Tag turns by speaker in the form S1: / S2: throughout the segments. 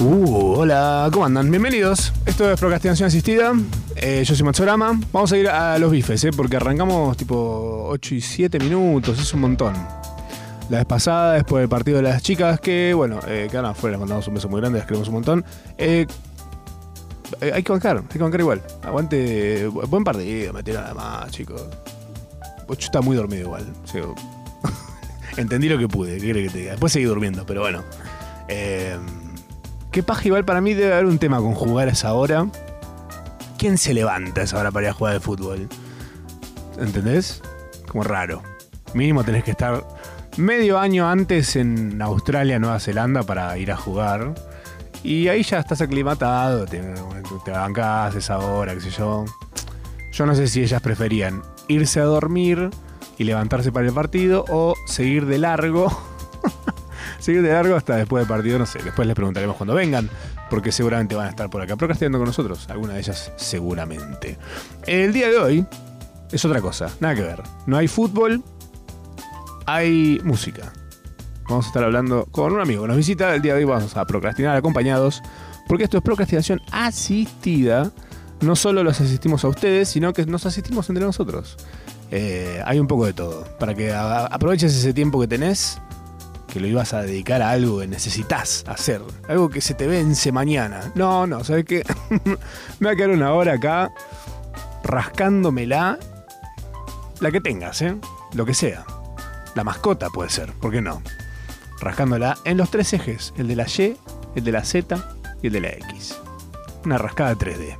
S1: Uh, Hola, ¿cómo andan? Bienvenidos. Esto es Procrastinación Asistida. Eh, yo soy Matsorama. Vamos a ir a los bifes, ¿eh? porque arrancamos tipo 8 y 7 minutos, es un montón. La vez pasada, después del partido de las chicas, que bueno, eh, quedaron afuera, les mandamos un beso muy grande, les queremos un montón. Eh, eh, hay que bancar, hay que bancar igual. Aguante, bu- buen partido, me nada más, chicos. Bocho está muy dormido igual. o sea, entendí lo que pude, ¿qué crees que te diga? Después seguí durmiendo, pero bueno. Eh, ¿Qué paja igual para mí debe haber un tema con jugar a esa hora? ¿Quién se levanta a esa hora para ir a jugar de fútbol? ¿Entendés? Como raro. Mínimo tenés que estar medio año antes en Australia, Nueva Zelanda para ir a jugar. Y ahí ya estás aclimatado, te, te bancás esa hora, qué sé yo. Yo no sé si ellas preferían irse a dormir y levantarse para el partido o seguir de largo. seguir de largo hasta después del partido, no sé. Después les preguntaremos cuando vengan, porque seguramente van a estar por acá procrastinando con nosotros. Alguna de ellas, seguramente. El día de hoy es otra cosa, nada que ver. No hay fútbol, hay música. Vamos a estar hablando con un amigo que nos visita. El día de hoy vamos a procrastinar acompañados, porque esto es procrastinación asistida. No solo los asistimos a ustedes, sino que nos asistimos entre nosotros. Eh, hay un poco de todo. Para que a- aproveches ese tiempo que tenés, que lo ibas a dedicar a algo que necesitas hacer, algo que se te vence mañana. No, no, ¿sabes qué? Me va a quedar una hora acá rascándomela, la que tengas, ¿eh? Lo que sea. La mascota puede ser, ¿por qué no? Rascándola en los tres ejes, el de la Y, el de la Z y el de la X. Una rascada 3D.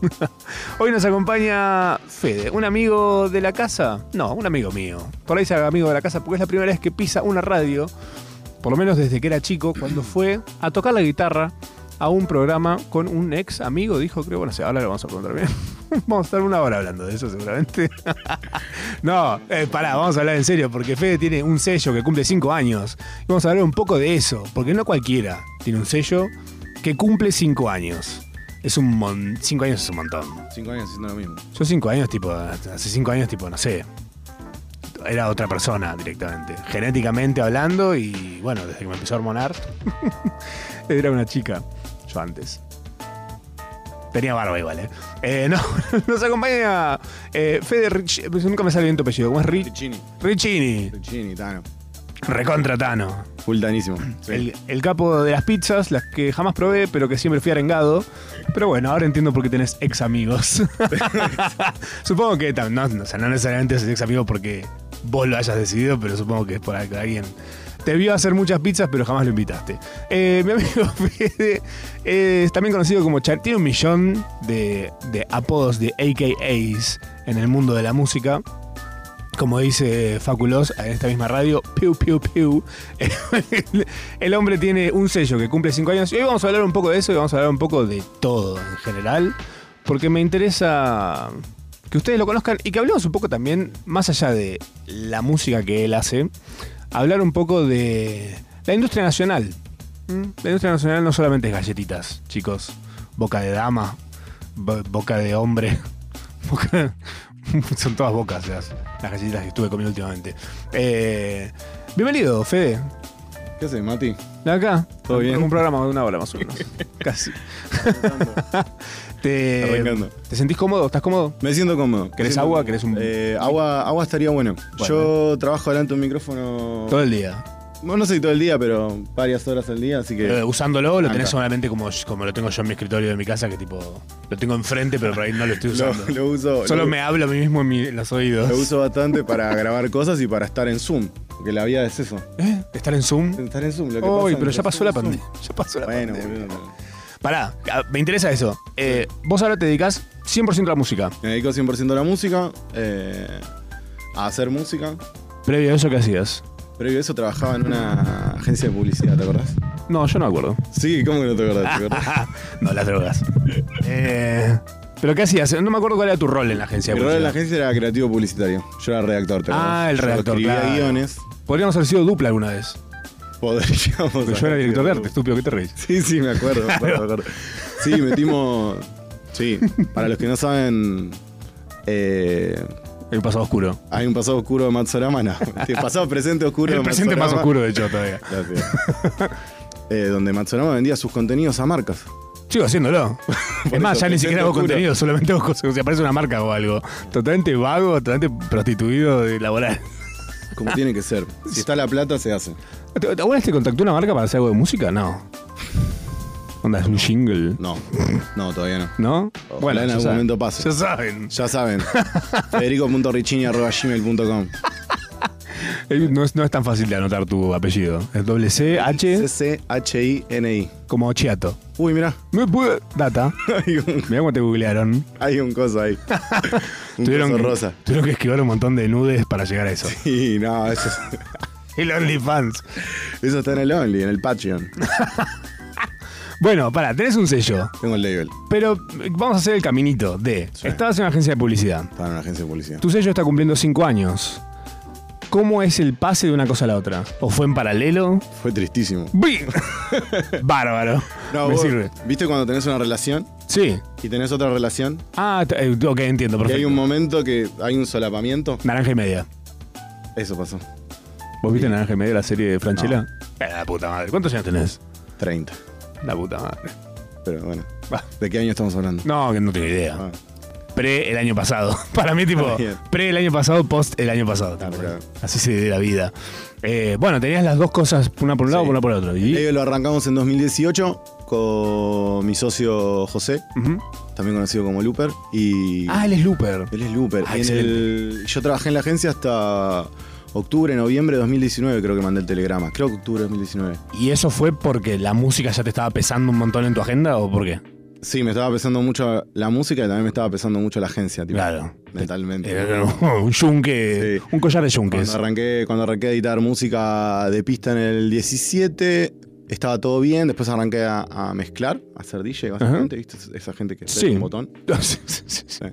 S1: Hoy nos acompaña Fede, un amigo de la casa. No, un amigo mío. Por ahí se haga amigo de la casa porque es la primera vez que pisa una radio, por lo menos desde que era chico, cuando fue a tocar la guitarra a un programa con un ex amigo, dijo, creo, bueno, no sé, ahora lo vamos a contar bien. vamos a estar una hora hablando de eso seguramente. no, eh, pará, vamos a hablar en serio, porque Fede tiene un sello que cumple cinco años. Y vamos a hablar un poco de eso, porque no cualquiera tiene un sello que cumple cinco años. Es un mon- cinco años es un montón.
S2: Cinco años haciendo lo mismo.
S1: Yo cinco años, tipo, hace cinco años, tipo, no sé. Era otra persona directamente. Genéticamente hablando y bueno, desde que me empezó a hormonar. era una chica. Yo antes. Tenía barba igual, ¿eh? Eh, no, nos acompaña eh, Fede Rich. pues Nunca me sale bien tu apellido. ¿Cómo es Rich?
S2: Piccini.
S1: Richini.
S2: Piccini, Tano.
S1: Recontratano.
S2: Full tanísimo. Sí.
S1: El, el capo de las pizzas, las que jamás probé, pero que siempre fui arengado. Pero bueno, ahora entiendo por qué tenés ex amigos. supongo que tam- no, no, o sea, no necesariamente es ex amigo porque vos lo hayas decidido, pero supongo que es por algo- alguien. Te vio hacer muchas pizzas, pero jamás lo invitaste. Eh, mi amigo Fede eh, es también conocido como Char. Tiene un millón de, de apodos de AKAs en el mundo de la música como dice Faculos en esta misma radio, piu, piu, piu. El, hombre tiene un sello que cumple 5 años. Y hoy vamos a hablar un poco de eso y vamos a hablar un poco de todo en general. Porque me interesa que ustedes lo conozcan y que hablemos un poco también, más allá de la música que él hace, hablar un poco de la industria nacional. ¿Mm? La industria nacional no solamente es galletitas, chicos. Boca de dama, bo- boca de hombre. Boca- Son todas bocas las, las galletitas que estuve comiendo últimamente. Eh, bienvenido, Fede.
S2: ¿Qué haces, Mati?
S1: De acá.
S2: ¿Todo bien?
S1: Un programa de una hora más o menos. Casi. ¿Te,
S2: Arrancando.
S1: ¿Te sentís cómodo? ¿Estás cómodo?
S2: Me siento cómodo. Me
S1: ¿Querés
S2: siento
S1: agua?
S2: cómodo.
S1: ¿Querés un-
S2: Eh, agua, agua estaría bueno. Yo trabajo delante de un micrófono.
S1: Todo el día.
S2: Bueno, no sé si todo el día, pero varias horas al día, así
S1: Pero
S2: que.
S1: Eh, usándolo lo
S2: Acá.
S1: tenés solamente como, como lo tengo yo en mi escritorio de mi casa, que tipo, lo tengo enfrente, pero por ahí no lo estoy
S2: Lo,
S1: usando.
S2: lo uso.
S1: Solo
S2: lo,
S1: me hablo a mí mismo en, mi- en los oídos.
S2: lo uso bastante para grabar cosas y para estar en Zoom. Porque la vida es eso.
S1: ¿Eh? ¿Estar en Zoom?
S2: Estar en Zoom. Lo que
S1: Uy,
S2: pasa
S1: pero
S2: entre
S1: ya pasó
S2: Zoom
S1: la
S2: y Zoom.
S1: pandemia. Ya pasó la
S2: Bueno,
S1: pandemia.
S2: boludo.
S1: Pará, ah, me interesa eso. Eh, vos ahora te dedicas 100% a la música.
S2: Me dedico 100% a la música, eh, a hacer música.
S1: Previo a eso, ¿qué hacías?
S2: Previo a eso trabajaba en una agencia de publicidad, ¿te acordás?
S1: No, yo no me acuerdo.
S2: Sí, ¿cómo que no te
S1: Ah,
S2: acordás? ¿Te acordás?
S1: no, las drogas. Eh, ¿Pero qué hacías? No me acuerdo cuál era tu rol en la agencia. de
S2: Mi rol en la
S1: publicidad.
S2: agencia era creativo publicitario. Yo era redactor, ¿te acordás?
S1: Ah, el
S2: Yo
S1: redactor,
S2: Escribía
S1: claro.
S2: guiones.
S1: Podríamos haber sido dupla alguna vez.
S2: Podríamos.
S1: Porque yo
S2: haber
S1: era director de
S2: sido-
S1: arte, estúpido, ¿qué te reís?
S2: Sí, sí, me acuerdo, me acuerdo, me acuerdo. Sí, metimos. Sí, para los que no saben. eh,
S1: El pasado oscuro.
S2: hay un pasado oscuro de Matsorama, no. Sí, Pasado presente oscuro de
S1: El presente más
S2: Matsorama.
S1: oscuro, de hecho, todavía.
S2: Gracias. Eh, donde Matsorama vendía sus contenidos a marcas.
S1: Sigo haciéndolo.
S2: Por
S1: es más,
S2: eso,
S1: ya ni
S2: te
S1: siquiera hago
S2: siento oscuro.
S1: contenido, solamente hago cosas. Si aparece una marca o algo. Totalmente vago, totalmente prostituido de laboral.
S2: Como tiene que ser. Si está la plata, se hace.
S1: ¿Te- te- ¿Alguna vez te contactó una marca para hacer algo de música? No. Onda, es un jingle.
S2: No, no, todavía no.
S1: ¿No?
S2: Ojalá en
S1: ya
S2: algún
S1: saben.
S2: momento pase.
S1: Ya saben.
S2: Ya saben. Federico.richini.gmail.com
S1: Eh, No es, no es tan fácil de anotar tu apellido. Es doble C, H,
S2: C-C-H-I-N-I.
S1: como Chiato.
S2: Uy, mirá.
S1: Me pude- Data.
S2: Hay un,
S1: Mirá cómo te googlearon.
S2: hay un coso ahí. un
S1: Tuvieron
S2: coso
S1: que,
S2: rosa.
S1: tuvieron que esquivar un montón de nudes para llegar a eso.
S2: Y no, eso, es-
S1: El OnlyFans.
S2: eso está en el Only, en el Patreon.
S1: Bueno, para, tenés un sello.
S2: Tengo el label.
S1: Pero eh, vamos a hacer el caminito de.
S2: Sí.
S1: Estabas en una agencia de publicidad.
S2: Estaba en una agencia de policía.
S1: Tu sello está cumpliendo cinco años. ¿Cómo es el pase de una cosa a la otra? ¿O fue en paralelo?
S2: Fue tristísimo.
S1: ¡Bing! Bárbaro.
S2: No,
S1: Me
S2: vos-
S1: sirve.
S2: ¿Viste cuando tenés una relación
S1: Sí.
S2: y tenés otra relación?
S1: Ah, t- eh, ok, entiendo,
S2: Y
S1: perfecto.
S2: hay un momento que hay un solapamiento.
S1: Naranja y media.
S2: Eso pasó.
S1: ¿Vos viste Naranja y media la serie de Franchella? Eh, la puta madre. ¿Cuántos años tenés?
S2: 30.
S1: La puta madre.
S2: Pero bueno.
S1: Bah.
S2: ¿De qué año estamos hablando?
S1: No, que no tengo idea.
S2: Ah,
S1: Pre el año pasado. Para mí, tipo,
S2: Está bien.
S1: pre el año pasado, post el año pasado.
S2: Ah, claro.
S1: Así se de la vida. Eh, bueno, tenías las dos cosas, una por un lado,
S2: Sí. Eh,
S1: una por el otro. Y,
S2: Label lo arrancamos en 2018 con mi socio José,
S1: Ujú.
S2: también conocido como Looper. Y
S1: Ah, él es Looper.
S2: él es Looper.
S1: Ah,
S2: Y en el- yo trabajé en la agencia hasta octubre, noviembre de 2019, creo que mandé el telegrama. Creo que octubre de 2019.
S1: ¿Y eso fue porque la música ya te estaba pesando un montón en tu agenda o por qué?
S2: Sí, me estaba pesando mucho la música y también me estaba pesando mucho la agencia, tipo,
S1: Claro. Eh,
S2: mentalmente.
S1: Era como un yunque,
S2: Sí.
S1: un collar de yunques.
S2: Cuando arranqué, cuando arranqué a editar música de pista en el 17, estaba todo bien. Después arranqué a, a mezclar, a hacer DJ, básicamente. ¿Viste? Esa gente que
S1: Sí.
S2: aprieta un botón.
S1: Sí, sí, sí, sí.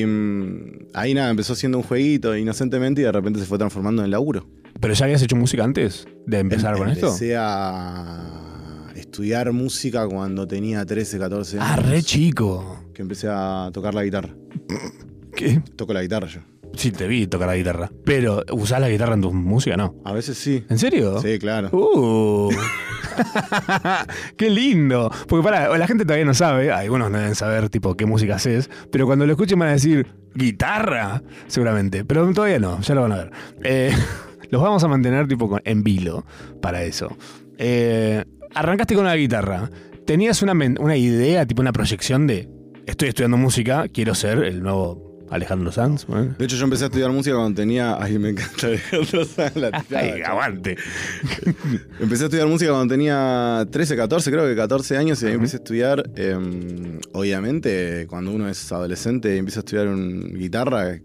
S2: Y mm, ahí nada, empezó siendo un jueguito inocentemente y de repente se fue transformando en laburo.
S1: ¿Pero ya habías hecho música antes de empezar con esto?
S2: Em, Empecé a estudiar música cuando tenía 13, 14 años.
S1: Ah, re chico.
S2: Que empecé a tocar la guitarra.
S1: ¿Qué?
S2: Toco la guitarra yo.
S1: Sí, te vi tocar la guitarra. Pero, ¿usás la guitarra en tu música? No.
S2: A veces sí.
S1: ¿En serio?
S2: Sí, claro.
S1: Uh. qué lindo. Porque para, la gente todavía no sabe, algunos no deben saber tipo qué música haces, pero cuando lo escuchen van a decir guitarra, seguramente. Pero todavía no, ya lo van a ver. Eh, los vamos a mantener tipo con- en vilo para eso. Eh, arrancaste con la guitarra. ¿Tenías una, men- una idea, tipo una proyección de estoy estudiando música, quiero ser el nuevo Alejandro Sanz? Bueno.
S2: De hecho, yo empecé a estudiar música cuando tenía. Ay, me encanta Alejandro Sanz, la tirada,
S1: Ay,
S2: chaval.
S1: aguante.
S2: Empecé a estudiar música cuando tenía 13, 14, creo que 14 años, y ahí empecé a estudiar. em, obviamente, cuando uno es adolescente y empieza a estudiar un guitarra,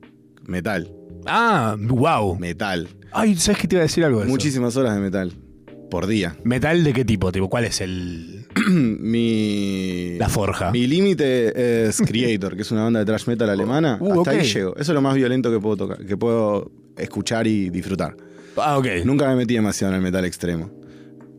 S2: metal.
S1: Ah, wow.
S2: Metal.
S1: Ay, ¿sabes qué te iba a decir algo de eso?
S2: Muchísimas horas de metal. Por día.
S1: ¿Metal de qué tipo? tipo ¿Cuál es el
S2: mi.
S1: la forja?
S2: Mi límite es Creator, que es una banda de thrash metal alemana.
S1: Uh,
S2: Hasta
S1: ok.
S2: ahí llego. Eso es lo más violento que puedo tocar, que puedo escuchar y disfrutar.
S1: Ah, ok.
S2: Nunca me metí demasiado en el metal extremo.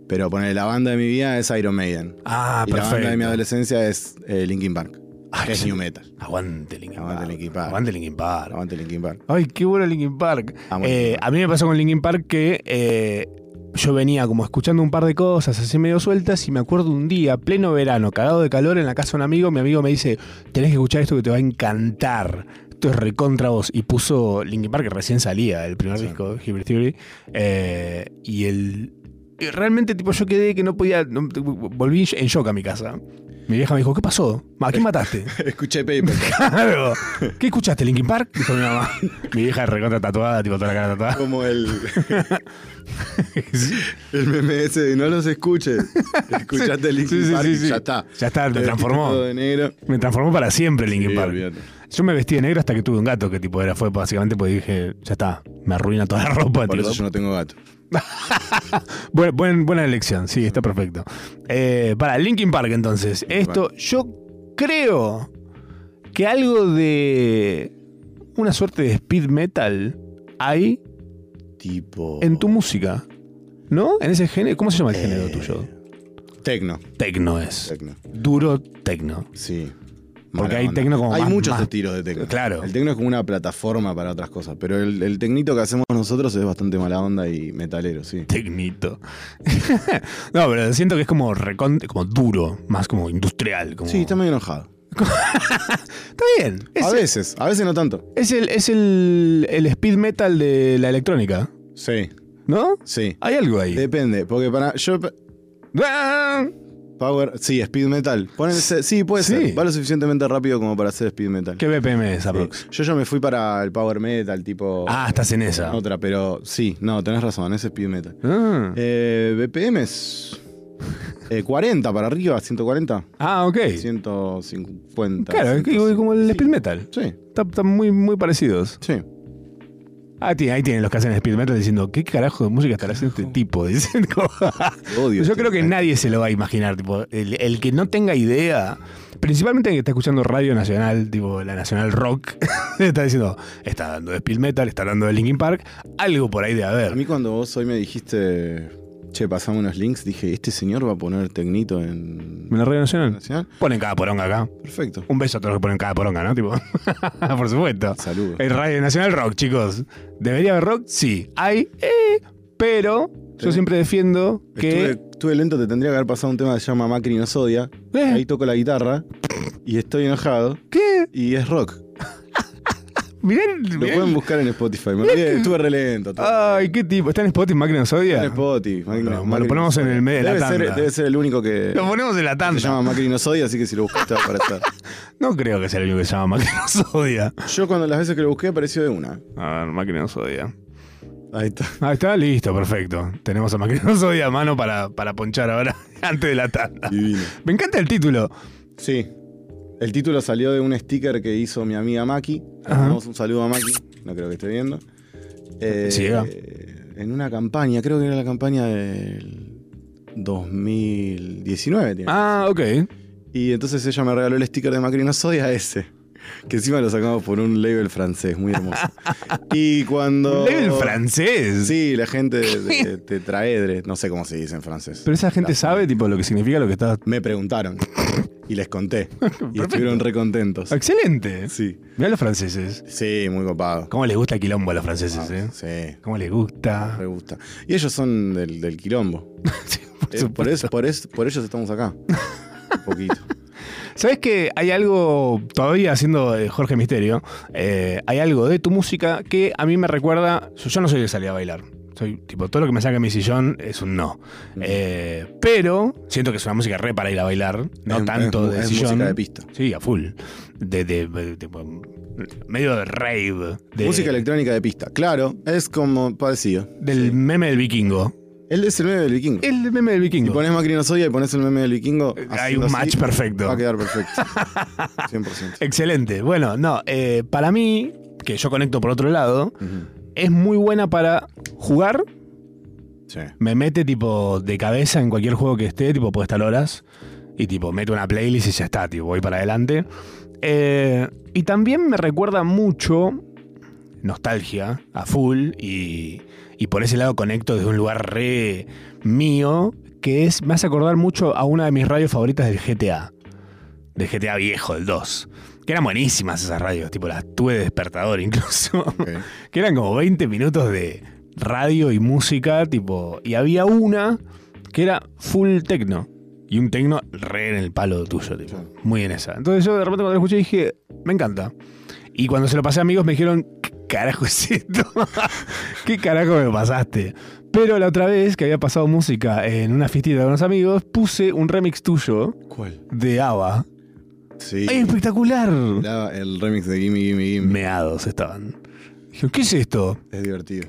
S2: Pero poner la banda de mi vida es Iron Maiden.
S1: Ah,
S2: y la banda de mi
S1: perfecto.
S2: adolescencia es eh, Linkin Park.
S1: Ah,
S2: que es
S1: sí.
S2: New Metal.
S1: Aguante Linkin Park.
S2: Aguante Linkin Park.
S1: Aguante Linkin Park.
S2: Aguante Linkin Park.
S1: Ay, qué bueno Linkin Park.
S2: Amo
S1: Eh,
S2: Linkin
S1: a mí me pasó con Linkin Park que eh, yo venía como escuchando un par de cosas así medio sueltas y me acuerdo un día, pleno verano, cagado de calor en la casa de un amigo, mi amigo me dice, tenés que escuchar esto que te va a encantar. Esto es recontra vos. Y puso Linkin Park, que recién salía, el primer
S2: Sí.
S1: disco, Hybrid Theory. eh, y el... y Realmente, tipo, yo quedé que no podía... no- volví en shock a mi casa. Mi vieja me dijo, ¿qué pasó? ¿A quién mataste?
S2: Escuché Paper.
S1: Claro. ¿Qué escuchaste? ¿Linkin Park? Dijo mi mamá. Mi vieja recontra tatuada, tipo toda la cara tatuada.
S2: como el, el meme ese de no los escuches. Escuchaste Linkin
S1: Sí, sí,
S2: Park
S1: sí,
S2: y
S1: sí.
S2: ya está.
S1: Ya está, me
S2: Te
S1: transformó.
S2: vestiste todo de negro.
S1: Me transformó para siempre Linkin
S2: Sí,
S1: Park.
S2: olvídate.
S1: Yo me vestí de negro hasta que tuve un gato que tipo era fue básicamente porque dije, ya está, me arruina toda la ropa.
S2: Por
S1: tipo.
S2: eso yo no tengo gato.
S1: Buen- buen- buena elección, sí, está perfecto. Eh, para Linkin Park entonces, esto yo creo que algo de una suerte de speed metal hay
S2: Tipo.
S1: en tu música, ¿no? En ese género, ¿cómo se llama el género
S2: Eh,
S1: tuyo?
S2: Tecno.
S1: Tecno es.
S2: Tecno.
S1: Duro tecno.
S2: Sí.
S1: Porque
S2: mala
S1: hay
S2: onda.
S1: tecno como
S2: Hay
S1: más-
S2: muchos
S1: más-
S2: estilos de tecno.
S1: Claro.
S2: El tecno es como una plataforma para otras cosas. Pero el, el tecnito que hacemos nosotros es bastante mala onda y metalero, sí.
S1: Tecnito. no, pero siento que es como recon- como duro, más como industrial. Como...
S2: Sí, está medio enojado.
S1: Está bien. Es,
S2: A veces, a veces no tanto.
S1: es el, es el, el speed metal de la electrónica,
S2: Sí,
S1: ¿no?
S2: sí.
S1: Hay algo ahí.
S2: Depende, porque para. Yo.
S1: Ah,
S2: Power. Sí, speed metal. Pónganse- sí, puede
S1: Sí.
S2: ser. Va lo suficientemente rápido como para hacer speed metal.
S1: ¿Qué BPM es,
S2: Sí.
S1: Aprox?
S2: Yo ya me fui para el power metal, tipo.
S1: Ah, estás en esa.
S2: Otra, pero sí, no, tenés razón, ese es speed metal.
S1: Ah.
S2: Eh, BPM es. eh, 40 para arriba, 140.
S1: Ah, ok.
S2: 150.
S1: Claro, es que
S2: 150.
S1: como el
S2: Sí.
S1: speed metal.
S2: Sí,
S1: Está- Están muy, muy parecidos.
S2: sí.
S1: Ah, ti- ahí tienen los que hacen speed metal diciendo, ¿qué carajo de música estará haciendo este tipo? Dicen como-
S2: Odio.
S1: Yo
S2: este
S1: creo que
S2: metal.
S1: nadie se lo va a imaginar. Tipo, el, el que no tenga idea, principalmente el que está escuchando Radio Nacional, tipo la Nacional Rock, está diciendo, está dando de speed metal, está dando de Linkin Park, algo por ahí de
S2: A
S1: haber.
S2: mí cuando vos hoy me dijiste. Che, pasame unos links, dije, este señor va a poner tecnito en.
S1: ¿En la Radio Nacional?
S2: Nacional.
S1: Ponen cada poronga acá.
S2: Perfecto.
S1: Un beso a todos los que ponen cada poronga, ¿no? Tipo, por supuesto.
S2: Saludos.
S1: El Radio Nacional Rock, chicos. ¿Debería haber rock? Sí. Hay, eh, pero yo
S2: Sí.
S1: siempre defiendo que.
S2: Estuve, estuve lento, te tendría que haber pasado un tema que se llama Macri nos odia.
S1: Eh.
S2: Ahí toco la guitarra y estoy enojado
S1: ¿Qué?
S2: y es rock.
S1: Mirá,
S2: Lo
S1: mirá.
S2: pueden buscar en Spotify. Me olvidé, estuve re lento. estuve re
S1: Ay, qué tipo. ¿Está en Spotify Máquina nos
S2: lento.
S1: odia?
S2: En Spotify. Macri-
S1: No, Ah, lo
S2: Macri
S1: ponemos
S2: nos
S1: en el
S2: odia.
S1: medio de la
S2: debe
S1: tanda.
S2: Ser, debe ser el único que
S1: Lo ponemos en la
S2: se
S1: tanda.
S2: llama Macri nos odia, así que si lo buscaste va a aparecer.
S1: No creo que sea el único que se llama Máquina nos odia.
S2: Yo cuando las veces que lo busqué apareció de una.
S1: A ver, Máquina nos odia.
S2: Ahí está.
S1: Ah, está listo, perfecto. Tenemos a Máquina nos odia a mano para, para ponchar ahora, antes de la tanda.
S2: Divino.
S1: Me encanta el título.
S2: Sí. El título salió de un sticker que hizo mi amiga Maki. Le
S1: Ajá.
S2: mandamos un saludo a Maki, no creo que esté viendo. Eh,
S1: Ciega.
S2: eh, En una campaña, creo que era la campaña del 2019. tiene.
S1: Ah, ok.
S2: Y entonces ella me regaló el sticker de Macri no soy a ese. Que encima lo sacamos por un label francés, muy hermoso. y cuando.
S1: Level francés.
S2: Sí, la gente de, de Traedre, no sé cómo se dice en francés.
S1: Pero esa gente sabe, tipo, lo que significa lo que está.
S2: Me preguntaron y les conté. y estuvieron recontentos.
S1: Excelente.
S2: Sí.
S1: Mirá los franceses.
S2: Sí, muy copado.
S1: ¿Cómo les gusta el quilombo a los franceses, eh?
S2: Sí,
S1: ¿Cómo les gusta?
S2: Ah. me gusta. Y ellos son del, del quilombo.
S1: Sí, por
S2: Eh,
S1: supuesto.
S2: por, eso, por, eso- por ellos estamos acá. Un poquito.
S1: ¿Sabes que hay algo, todavía haciendo eh, Jorge Misterio, eh, hay algo de tu música que a mí me recuerda, yo- yo no soy de salir a bailar, soy tipo, todo lo que me saca de mi sillón es un no.
S2: Mm.
S1: Eh, pero siento que es una música re para ir a bailar, no
S2: Es-
S1: tanto
S2: es-
S1: de
S2: es
S1: sillón.
S2: música de pista.
S1: Sí, a full. De, de- de- tipo, medio de rave. De,
S2: Música electrónica de pista. Claro, es como parecido.
S1: Del meme del vikingo.
S2: Él es el meme del vikingo.
S1: El meme del
S2: Si
S1: vikingo. Eh,
S2: pones Macrinosodia y pones el meme del vikingo.
S1: Hay
S2: haciendo
S1: un
S2: así,
S1: match perfecto. Eh.
S2: Va a quedar perfecto. 100%.
S1: Excelente. Bueno, no, eh, para mí, que yo conecto por otro lado,
S2: Ujú.
S1: es muy buena para jugar.
S2: Sí.
S1: Me mete tipo de cabeza en cualquier juego que esté, tipo puedo estar horas. Y tipo, meto una playlist y ya está, tipo, voy para adelante. Eh, y también me recuerda mucho nostalgia a full y, y por ese lado conecto desde un lugar re mío que es, me hace acordar mucho a una de mis radios favoritas del GTA, del GTA viejo, del 2. Que eran buenísimas esas radios, tipo las tuve de despertador incluso.
S2: Ok.
S1: Que eran como 20 minutos de radio y música, tipo. Y había una que era full techno. Y un techno re en el palo tuyo, tipo.
S2: Sí.
S1: Muy en esa. Entonces yo de repente cuando lo escuché dije, me encanta. Y cuando se lo pasé a amigos me dijeron, ¿qué carajo es esto? ¿Qué carajo me pasaste? Pero la otra vez que había pasado música en una fiestita con unos amigos, puse un remix tuyo
S2: ¿Cuál?
S1: de ABBA.
S2: Sí.
S1: ¡Es espectacular!
S2: Mirá el remix de Gimme, Gimme, Gimme.
S1: Meados estaban. Dijeron, ¿qué es esto?
S2: Es divertido.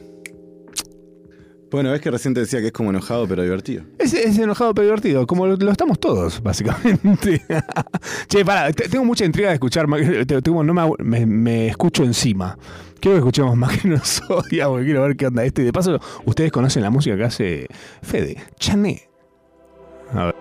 S2: Bueno, ves que recién te decía que es como enojado, pero divertido.
S1: Es, es enojado pero divertido, como lo, lo estamos todos, básicamente. che, pará, te- tengo mucha intriga de escuchar, más que- te- tengo- no me, agu- me- me escucho encima. Quiero que escuchemos más que nos odia, porque quiero ver qué onda este. Y de paso, ustedes conocen la música que hace Fede, Chané. A ver.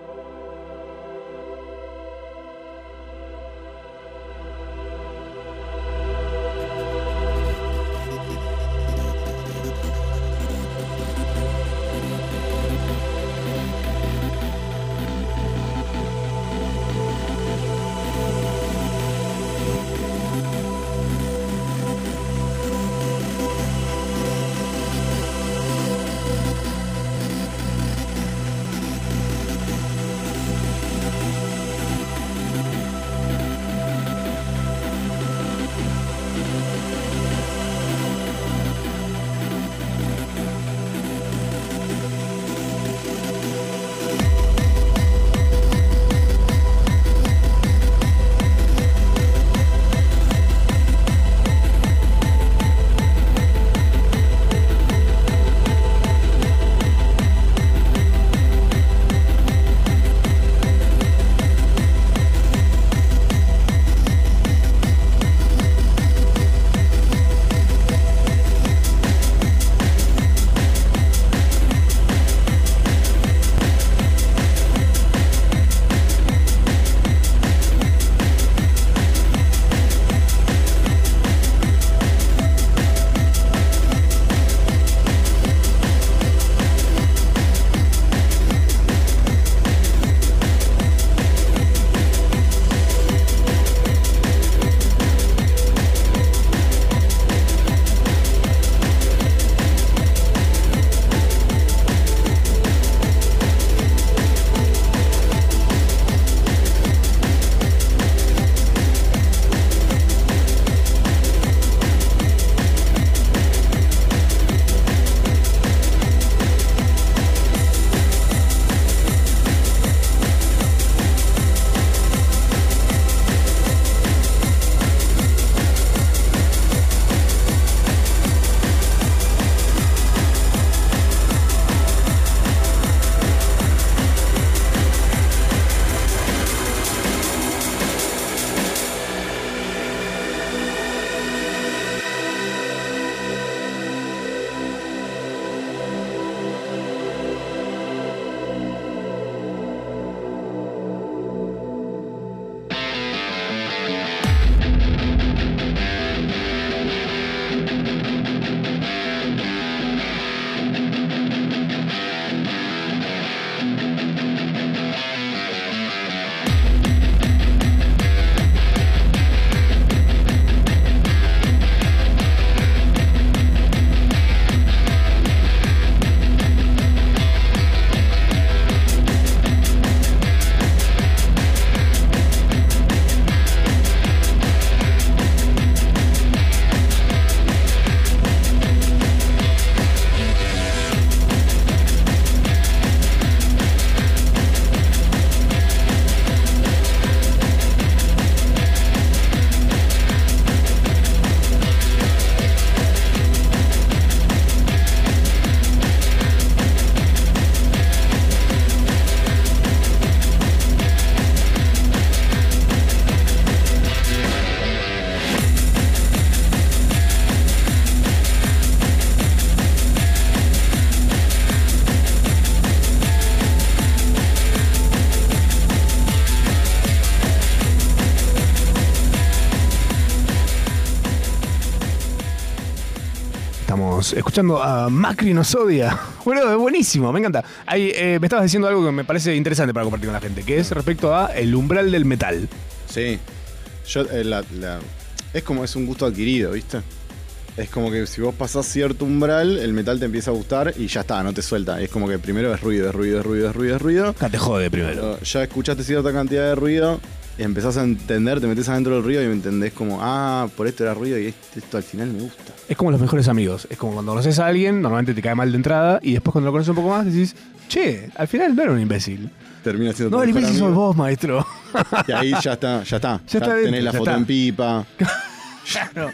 S1: estamos escuchando a Macri nos odia. Bueno, es buenísimo, me encanta. Ahí, eh, me estabas diciendo algo que me parece interesante para compartir con la gente, que es respecto a el umbral del metal.
S2: Sí. Yo, eh, la- la- es como es un gusto adquirido, ¿viste? Es como que si vos pasás cierto umbral, el metal te empieza a gustar y ya está, no te suelta. Es como que primero es ruido, es ruido, es ruido, es ruido, es ruido.
S1: Acá te jode primero.
S2: Pero ya escuchaste cierta cantidad de ruido y empezás a entender, te metes adentro del ruido y entendés como, ah, por esto era ruido y este- esto al final me gusta.
S1: Es como los mejores amigos. Es como cuando conoces a alguien, normalmente te cae mal de entrada, y después cuando lo conoces un poco más decís, che, al final no era un imbécil.
S2: Termina siendo
S1: No, el
S2: tu mejor
S1: imbécil sos
S2: amigo.
S1: vos, maestro.
S2: Y ahí ya está, ya está.
S1: Ya está dentro,
S2: tenés la
S1: ya
S2: foto
S1: está.
S2: en pipa,
S1: No,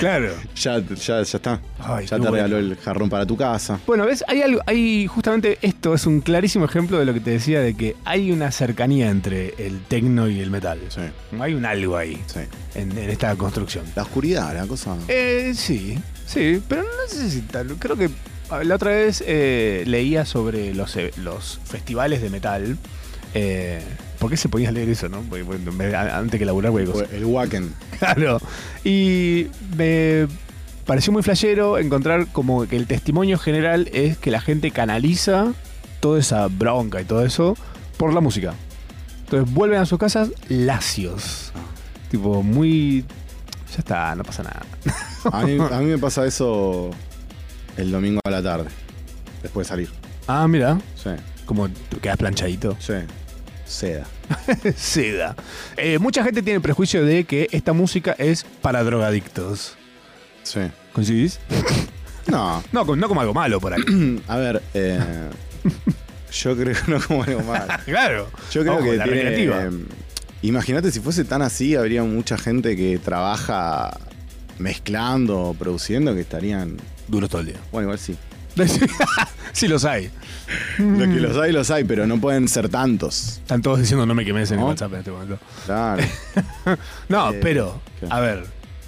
S1: claro.
S2: ya, ya, ya está.
S1: Ay,
S2: ya
S1: qué
S2: te
S1: bueno.
S2: regaló el jarrón para tu casa.
S1: Bueno, ves, hay algo, hay justamente esto es un clarísimo ejemplo de lo que te decía de que hay una cercanía entre el tecno y el metal.
S2: Sí,
S1: Hay un algo ahí
S2: sí.
S1: en, en esta construcción.
S2: La oscuridad, la cosa.
S1: Eh, sí, sí, pero no sé si tal. Creo que a ver, la otra vez eh, leía sobre los, eh, los festivales de metal. Eh, ¿Por qué se podía leer eso, no? Porque, bueno, me- a- antes que laburar, güey.
S2: Fue El Wacken.
S1: Claro. Y me pareció muy flashero encontrar como que el testimonio general es que la gente canaliza toda esa bronca y todo eso por la música. Entonces vuelven a sus casas lacios. Tipo, muy... Ya está, no pasa nada.
S2: A mí, a mí me pasa eso el domingo a la tarde, después de salir.
S1: Ah, mira.
S2: Sí,
S1: Como te quedas planchadito.
S2: sí. Seda.
S1: Seda. Eh, mucha gente tiene el prejuicio de que esta música es para drogadictos.
S2: Sí.
S1: ¿Coincidís?
S2: No,
S1: No, con- no como algo malo por ahí.
S2: A ver, eh, yo creo no como algo mal.
S1: claro.
S2: Yo creo
S1: Ojo,
S2: que
S1: la
S2: tiene,
S1: recreativa.
S2: eh, Imagínate si fuese tan así, habría mucha gente que trabaja mezclando, o produciendo, que estarían.
S1: Duro todo el día.
S2: Bueno, igual sí.
S1: sí los hay.
S2: Los que los hay, los hay, pero no pueden ser tantos.
S1: Están todos diciendo no me quemes en el
S2: ¿No?
S1: WhatsApp en este momento.
S2: Claro.
S1: No,
S2: Eh,
S1: pero,
S2: ¿qué?
S1: a ver,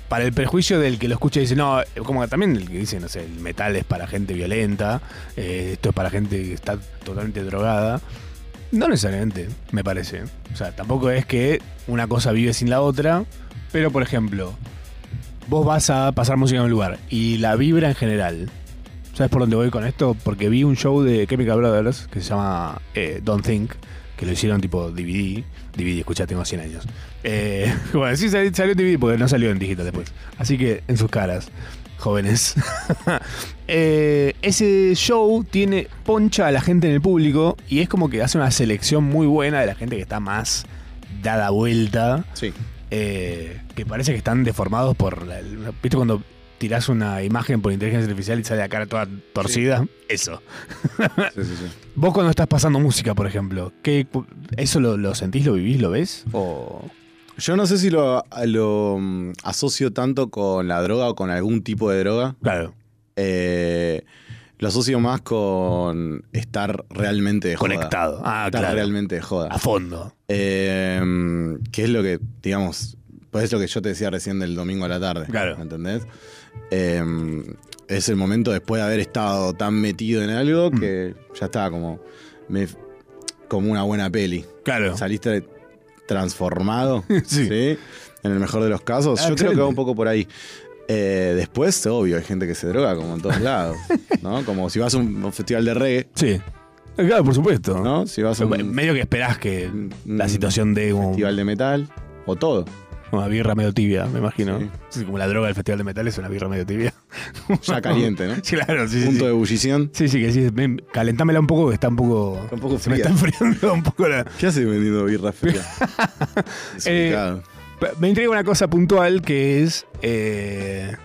S1: para el perjuicio del que lo escucha y dice, no, eh, como que también el que dice, no sé, el metal es para gente violenta, eh, esto es para gente que está totalmente drogada. No necesariamente, me parece. O sea, tampoco es que una cosa vive sin la otra, pero por ejemplo, vos vas a pasar música en un lugar y la vibra en general. ¿Sabes por dónde voy con esto? Porque vi un show de Chemical Brothers que se llama eh, Don't Think, que lo hicieron tipo DVD. DVD, escucha, tengo 100 años. Eh, bueno, sí salió, salió en DVD porque no salió en digital después. Así que en sus caras, jóvenes. Eh, ese show tiene poncha a la gente en el público y es como que hace una selección muy buena de la gente que está más dada vuelta
S2: Sí.
S1: eh, que parece que están deformados por... la- la- ¿Viste cuando tirás una imagen por inteligencia artificial y sale la cara toda torcida? Eso.
S2: Sí, sí, sí.
S1: Vos cuando estás pasando música, por ejemplo, ¿qué, cu- ¿eso lo, lo sentís, lo vivís, lo ves? O...
S2: Oh. Yo no sé si lo, lo, mm, asocio tanto con la droga o con algún tipo de droga.
S1: Claro.
S2: Eh, lo asocio más con estar realmente de joda.
S1: Conectado. Ah,
S2: Estar
S1: claro.
S2: realmente de joda.
S1: A fondo.
S2: Eh, que es lo que, digamos, pues es lo que yo te decía recién del domingo a la tarde.
S1: Claro.
S2: ¿Me entendés? Eh, es el momento después de haber estado tan metido en algo
S1: Mm.
S2: que ya está, como, me- como una buena peli.
S1: Claro.
S2: Saliste transformado.
S1: Sí.
S2: En el mejor de los casos.
S1: Ah,
S2: yo creo
S1: excelente.
S2: que va un poco por ahí. Eh, después, obvio, hay gente que se droga como en todos lados. ¿No? Como si vas a un festival de reggae,
S1: Sí. Eh, Claro, por supuesto. Eh,
S2: ¿no? Si vas a
S1: Me-
S2: un
S1: Medio que esperás que
S2: Mm,
S1: la
S2: mm,
S1: situación de un-
S2: festival de metal. O todo.
S1: una birra medio tibia, me imagino.
S2: Sí.
S1: Sí, como la droga del Festival de Metal es una birra medio tibia.
S2: Ya caliente, ¿no?
S1: claro, sí, sí, sí.
S2: Punto de ebullición.
S1: Sí, sí, que sí. ven, Calentámela un poco, que está un poco.
S2: Está un poco
S1: se me está
S2: fría.
S1: enfriando un poco la.
S2: ¿Qué haces vendiendo birra fría? Desubicado.
S1: Pe- Me intriga una cosa puntual que es. eh,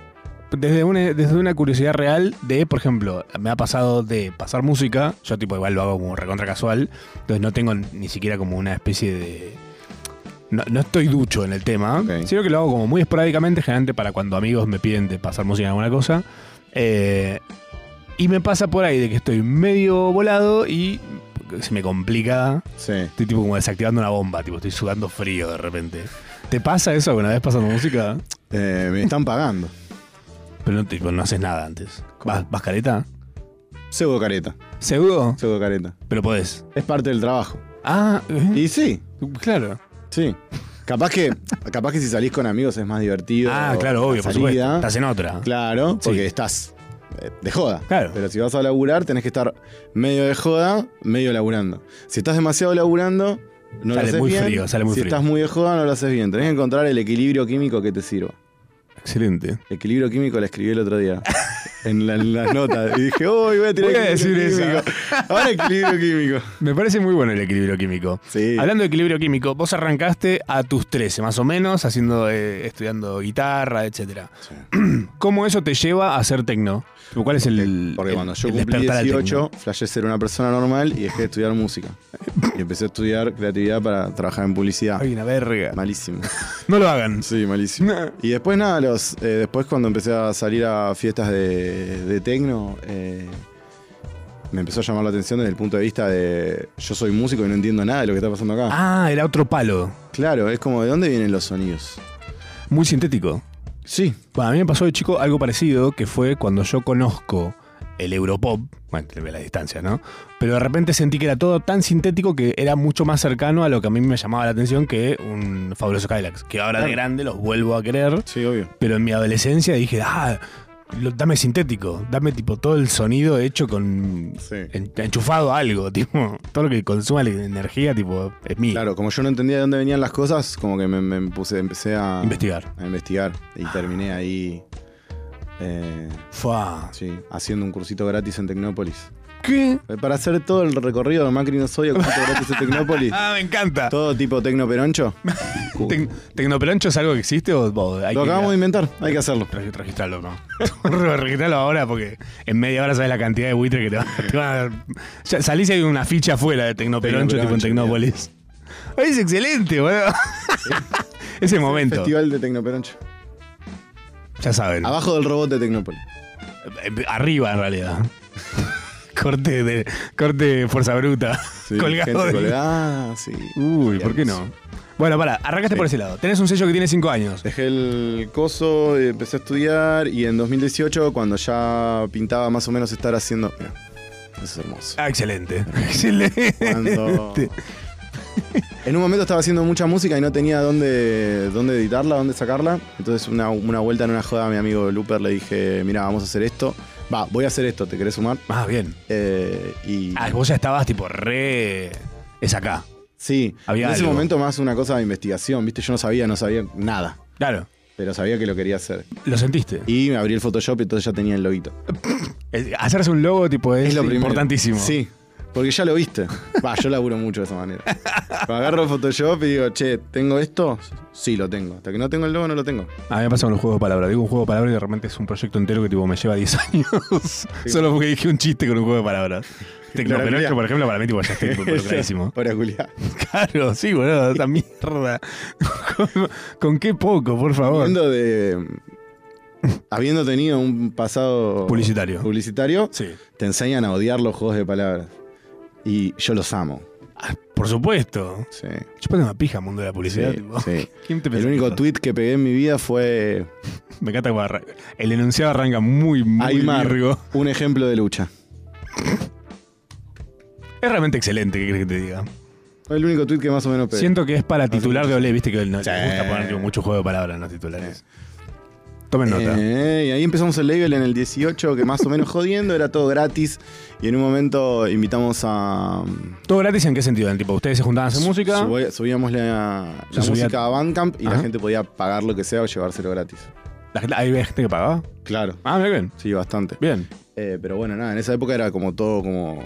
S1: desde, una, desde una curiosidad real de, por ejemplo, me ha pasado de pasar música. Yo, tipo, igual lo hago como recontra casual. Entonces no tengo ni siquiera como una especie de. No, no estoy ducho en el tema,
S2: Ok.
S1: sino que lo hago como muy esporádicamente, generalmente para cuando amigos me piden de pasar música en alguna cosa. Eh, y me pasa por ahí de que estoy medio volado y se me complica
S2: sí.
S1: Estoy tipo como desactivando una bomba, tipo estoy sudando frío de repente. ¿Te pasa eso alguna vez pasando música?
S2: Eh, me están pagando.
S1: Pero no, tipo, no haces nada antes.
S2: ¿Cómo?
S1: ¿Vas, vas careta?
S2: Pseudo careta.
S1: ¿Seguro?
S2: Pseudo careta.
S1: Pero podés.
S2: Es parte del trabajo.
S1: Ah, eh,
S2: Y sí,
S1: claro.
S2: sí. Capaz que, capaz que si salís con amigos es más divertido.
S1: Ah, claro, obvio,
S2: la
S1: por supuesto.
S2: salida.
S1: Estás en otra.
S2: Claro, porque
S1: Sí.
S2: estás. eh, de joda.
S1: Claro.
S2: Pero si vas a laburar, tenés que estar medio de joda, medio laburando. Si estás demasiado laburando,
S1: Sale
S2: no lo haces
S1: muy
S2: bien.
S1: frío, sale muy
S2: si
S1: frío.
S2: estás muy de joda, no lo haces bien. Tenés que encontrar el equilibrio químico que te sirva.
S1: Excelente.
S2: El equilibrio químico la escribí el otro día en la- en las notas. Y dije, uy, voy a tirar
S1: Voy a
S2: equilibrio
S1: decir
S2: químico". Ahora equilibrio químico.
S1: Me parece muy bueno el equilibrio químico.
S2: Sí.
S1: Hablando de equilibrio químico, vos arrancaste a tus 13 más o menos, haciendo, eh, estudiando guitarra, etcétera.
S2: Sí.
S1: ¿Cómo eso te lleva a ser tecno? Tipo, ¿Cuál es el.
S2: Porque
S1: el-
S2: cuando yo
S1: el
S2: cumplí
S1: despertar al tecno?
S2: 18, flashé ser una persona normal y dejé de estudiar música. Y empecé a estudiar creatividad para trabajar en publicidad.
S1: Ay, una verga.
S2: Malísimo.
S1: No lo hagan.
S2: Sí, malísimo. Y después nada, los, eh, después cuando empecé a salir a fiestas de, de tecno, eh, me empezó a llamar la atención desde el punto de vista de yo soy músico y no entiendo nada de lo que está pasando acá.
S1: Ah, era otro palo.
S2: Claro, es como de dónde vienen los sonidos.
S1: Muy sintético.
S2: Sí,
S1: Bueno, a mí me pasó de chico algo parecido, que fue cuando yo conozco el Europop, bueno, te ve la distancia, ¿no? Pero de repente sentí que era todo tan sintético que era mucho más cercano a lo que a mí me llamaba la atención que un fabuloso Cadillac, que ahora de
S2: Claro.
S1: grande los vuelvo a querer,
S2: sí, obvio.
S1: pero en mi adolescencia dije, ah, lo- dame sintético, dame tipo todo el sonido hecho con...
S2: Sí.
S1: en- enchufado a algo, tipo, todo lo que consuma la energía, tipo, es mío.
S2: Claro, como yo no entendía de dónde venían las cosas, como que me, me puse, empecé a
S1: Investigar. Ah.
S2: a investigar y terminé ahí eh,
S1: Fua.
S2: sí, haciendo un cursito gratis en Tecnópolis.
S1: ¿Qué?
S2: Eh, Para hacer todo el recorrido de Macri no soy el cursito gratis en Tecnópolis.
S1: Ah, me encanta.
S2: Todo tipo tecno peroncho.
S1: Tec- ¿Tecnopelancho es algo que existe o, o hay
S2: Lo
S1: que
S2: acabamos de inventar, hay que hacerlo.
S1: Re- registrarlo, no? registrarlo ahora porque en media hora sabes la cantidad de buitres que te, va- te van a dar. Ya salís y hay una ficha afuera de Tecnopelancho tipo en
S2: Tecnopelancho,
S1: Tecnópolis. Ay, es excelente, boludo. Ese momento.
S2: Festival de Tecnoperoncho.
S1: Ya saben.
S2: Abajo del robot de Tecnópolis.
S1: Eh, Arriba en realidad. corte de corte fuerza bruta. colgado
S2: gente
S1: del-
S2: colgada, sí.
S1: Uy, ¿por qué
S2: Hermoso.
S1: no? Bueno, para, arrancaste
S2: Sí.
S1: por ese lado. Tenés un sello que tiene 5 años.
S2: Dejé el coso, eh, empecé a estudiar y en 2018, cuando ya pintaba más o menos estar haciendo. Mira, eso es hermoso.
S1: Ah, excelente. Excelente.
S2: Cuando-
S1: Este.
S2: En un momento estaba haciendo mucha música y no tenía dónde, dónde editarla, dónde sacarla. Entonces una, una vuelta en una joda a mi amigo Looper le dije, mira, vamos a hacer esto. Va, voy a hacer esto, ¿te querés sumar?
S1: Más Ah, bien.
S2: Eh, y
S1: Ah, vos ya estabas tipo re. Es acá.
S2: sí,
S1: había
S2: en ese
S1: algo.
S2: momento más una cosa de investigación, ¿viste? Yo no sabía, no sabía nada,
S1: Claro.
S2: pero sabía que lo quería hacer.
S1: Lo sentiste.
S2: Y me abrí el Photoshop y entonces ya tenía el loguito.
S1: Eh, Hacerse un logo tipo es,
S2: Es lo primero.
S1: importantísimo.
S2: Sí, porque ya lo viste. Va, yo laburo mucho de esa manera. Cuando agarro Photoshop y digo, che, ¿tengo esto? Sí, lo tengo. Hasta que no tengo el logo, no lo tengo.
S1: A mí me pasa con los juegos de palabras. Digo un juego de palabras y de repente es un proyecto entero que tipo me lleva 10 años. Solo porque dije un chiste con un juego de palabras. Tecnoperocho,
S2: Claro,
S1: por ejemplo, para mí tipo, ya estoy tipo, involucradísimo.
S2: Ahora, Julián.
S1: Claro, sí, boludo, esta mierda. ¿Con, con qué poco, por favor?
S2: Habiendo de. Habiendo tenido un pasado.
S1: Publicitario.
S2: Publicitario,
S1: Sí.
S2: te enseñan a odiar los juegos de palabras. Y yo los amo.
S1: Ah, por supuesto.
S2: Sí.
S1: Chupate una pija, mundo de la publicidad.
S2: Sí,
S1: tipo.
S2: sí.
S1: ¿Quién te
S2: El
S1: pensás que
S2: único
S1: sos?
S2: tweet que pegué en mi vida fue.
S1: Me encanta cómo arranca. El enunciado arranca muy, muy
S2: Aymar,
S1: virgo.
S2: un ejemplo de lucha.
S1: Es realmente excelente, ¿qué crees que te diga?
S2: Fue el único tweet que más o menos pegué.
S1: Siento que es para titular de Olé, viste que no
S2: Sí.
S1: te gusta poner tipo, mucho juego de palabras en los titulares. Tomen nota.
S2: Eh, y ahí empezamos el label en el 18, que más o menos jodiendo, era todo gratis. Y en un momento invitamos a.
S1: ¿Todo gratis en qué sentido? En tipo, ustedes se juntaban a hacer música.
S2: Subi- subíamos la,
S1: Yo
S2: la
S1: subía-
S2: música a Bandcamp y
S1: Ajá.
S2: la gente podía pagar lo que sea o llevárselo gratis.
S1: La gente, ahí había gente que pagaba.
S2: Claro.
S1: Ah, mira bien.
S2: Sí, bastante.
S1: Bien.
S2: Eh, pero bueno, nada, en esa época era como todo como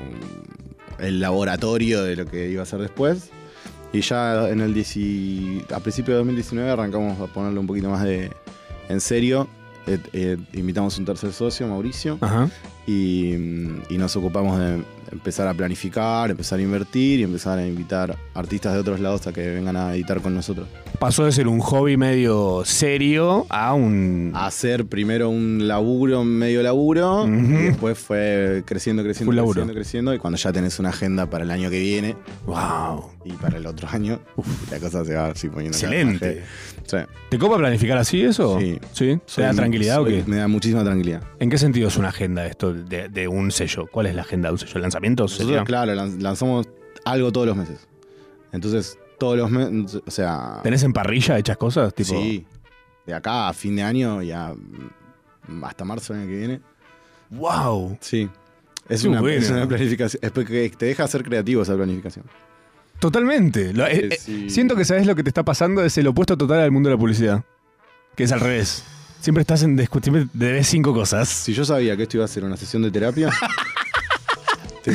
S2: el laboratorio de lo que iba a ser después. Y ya en el 10 a principios de 2019 arrancamos a ponerle un poquito más de en serio. Eh, eh, invitamos un tercer socio, Mauricio,
S1: Ajá.
S2: y, mm, y nos ocupamos de empezar a planificar, empezar a invertir y empezar a invitar artistas de otros lados a que vengan a editar con nosotros.
S1: Pasó de ser un hobby medio serio a un.
S2: Ah. hacer primero un laburo, medio laburo,
S1: Ujú.
S2: y después fue creciendo, creciendo,
S1: Un laburo.
S2: creciendo, creciendo, y cuando ya tenés una agenda para el año que viene
S1: ¡Wow!
S2: y para el otro año, la cosa se va así poniendo. cada vez más
S1: Excelente.
S2: heavy.
S1: ¿Te copa planificar así eso?
S2: Sí.
S1: ¿Sí?
S2: Sí.
S1: ¿Te da
S2: Soy-
S1: tranquilidad
S2: soy-
S1: o qué?
S2: Me da muchísima tranquilidad.
S1: ¿En qué sentido es una agenda esto de, de un sello? ¿Cuál es la agenda de un sello? ¿Lanzamientos?
S2: Nosotros,
S1: sería?
S2: claro, lanz- lanzamos algo todos los meses. Entonces, todos los meses, o sea,
S1: ¿Tenés en parrilla hechas cosas? Tipo,
S2: mm, sí, de acá a fin de año y a- hasta marzo del año que viene,
S1: ¡Wow!
S2: Sí. Es
S1: Qué
S2: una,
S1: bueno.
S2: es una planificación. Es porque te deja ser creativo esa planificación.
S1: Totalmente. Lo- eh, eh,
S2: sí.
S1: Siento que sabes lo que te está pasando es el opuesto total al mundo de la publicidad. Que es al revés. Siempre estás en descu- siempre debes cinco cosas.
S2: Si yo sabía que esto iba a ser una sesión de terapia, te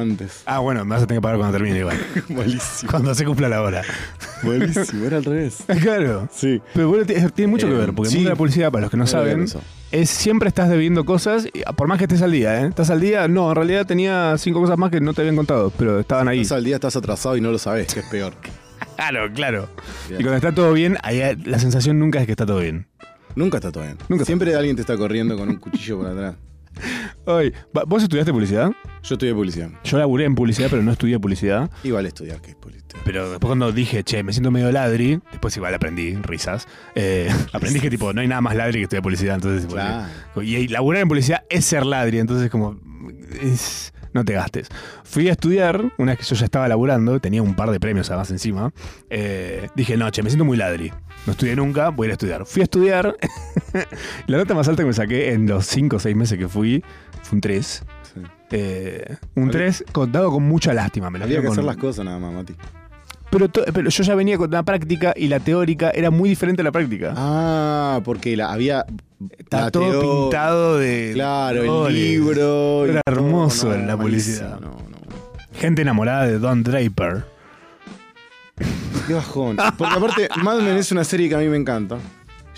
S2: antes.
S1: Ah, bueno, me vas a tener que pagar cuando termine igual.
S2: Buenísimo.
S1: cuando se cumpla la hora.
S2: Buenísimo, era al revés.
S1: claro.
S2: Sí.
S1: Pero bueno, tiene tiene mucho que
S2: Eh,
S1: ver, porque
S2: sí.
S1: el mundo de la publicidad, para los que no
S2: No lo había
S1: saben,
S2: pensado.
S1: es siempre estás debiendo cosas, y, por más que estés al día, ¿eh? Estás al día, no, en realidad tenía cinco cosas más que no te habían contado, pero estaban ahí.
S2: Estás al día, estás atrasado y no lo sabes, que es peor.
S1: Claro, claro.
S2: Bien.
S1: Y cuando está todo bien, ahí la sensación nunca es que está todo bien.
S2: Nunca está todo bien.
S1: Nunca está
S2: Siempre alguien te está corriendo con un cuchillo por atrás.
S1: Oye, va- ¿vos estudiaste publicidad?
S2: Yo estudié publicidad.
S1: Yo laburé en publicidad, pero no estudié publicidad.
S2: Igual estudiar que es publicidad.
S1: Pero después cuando dije, che, me siento medio ladri, después igual aprendí, risas, eh, aprendí que tipo, no hay nada más ladri que estudiar publicidad, entonces tipo, eh,
S2: Claro.
S1: y, y laburar en publicidad es ser ladri, entonces como, es- no te gastes. Fui a estudiar, una vez que yo ya estaba laburando, tenía un par de premios además encima, eh, dije, no, che, me siento muy ladri, no estudié nunca, voy a ir a estudiar. Fui a estudiar, la nota más alta que me saqué en los 5 o 6 meses que fui, fue un 3.
S2: Sí.
S1: un
S2: Había-
S1: 3 contado con mucha lástima. Me lo
S2: Había que
S1: dieron
S2: hacer
S1: con-
S2: las cosas nada más, Mati.
S1: pero, to- pero yo ya venía con la práctica y la teórica era muy diferente a la práctica.
S2: Ah, porque la, había.
S1: Está
S2: la
S1: todo
S2: teo-
S1: pintado de.
S2: Claro, el
S1: colores.
S2: libro. y
S1: Era
S2: todo,
S1: hermoso
S2: no,
S1: en la
S2: malísimo,
S1: publicidad.
S2: No, no.
S1: Gente enamorada de Don Draper.
S2: Qué bajón. Porque aparte, Mad Men es una serie que a mí me encanta.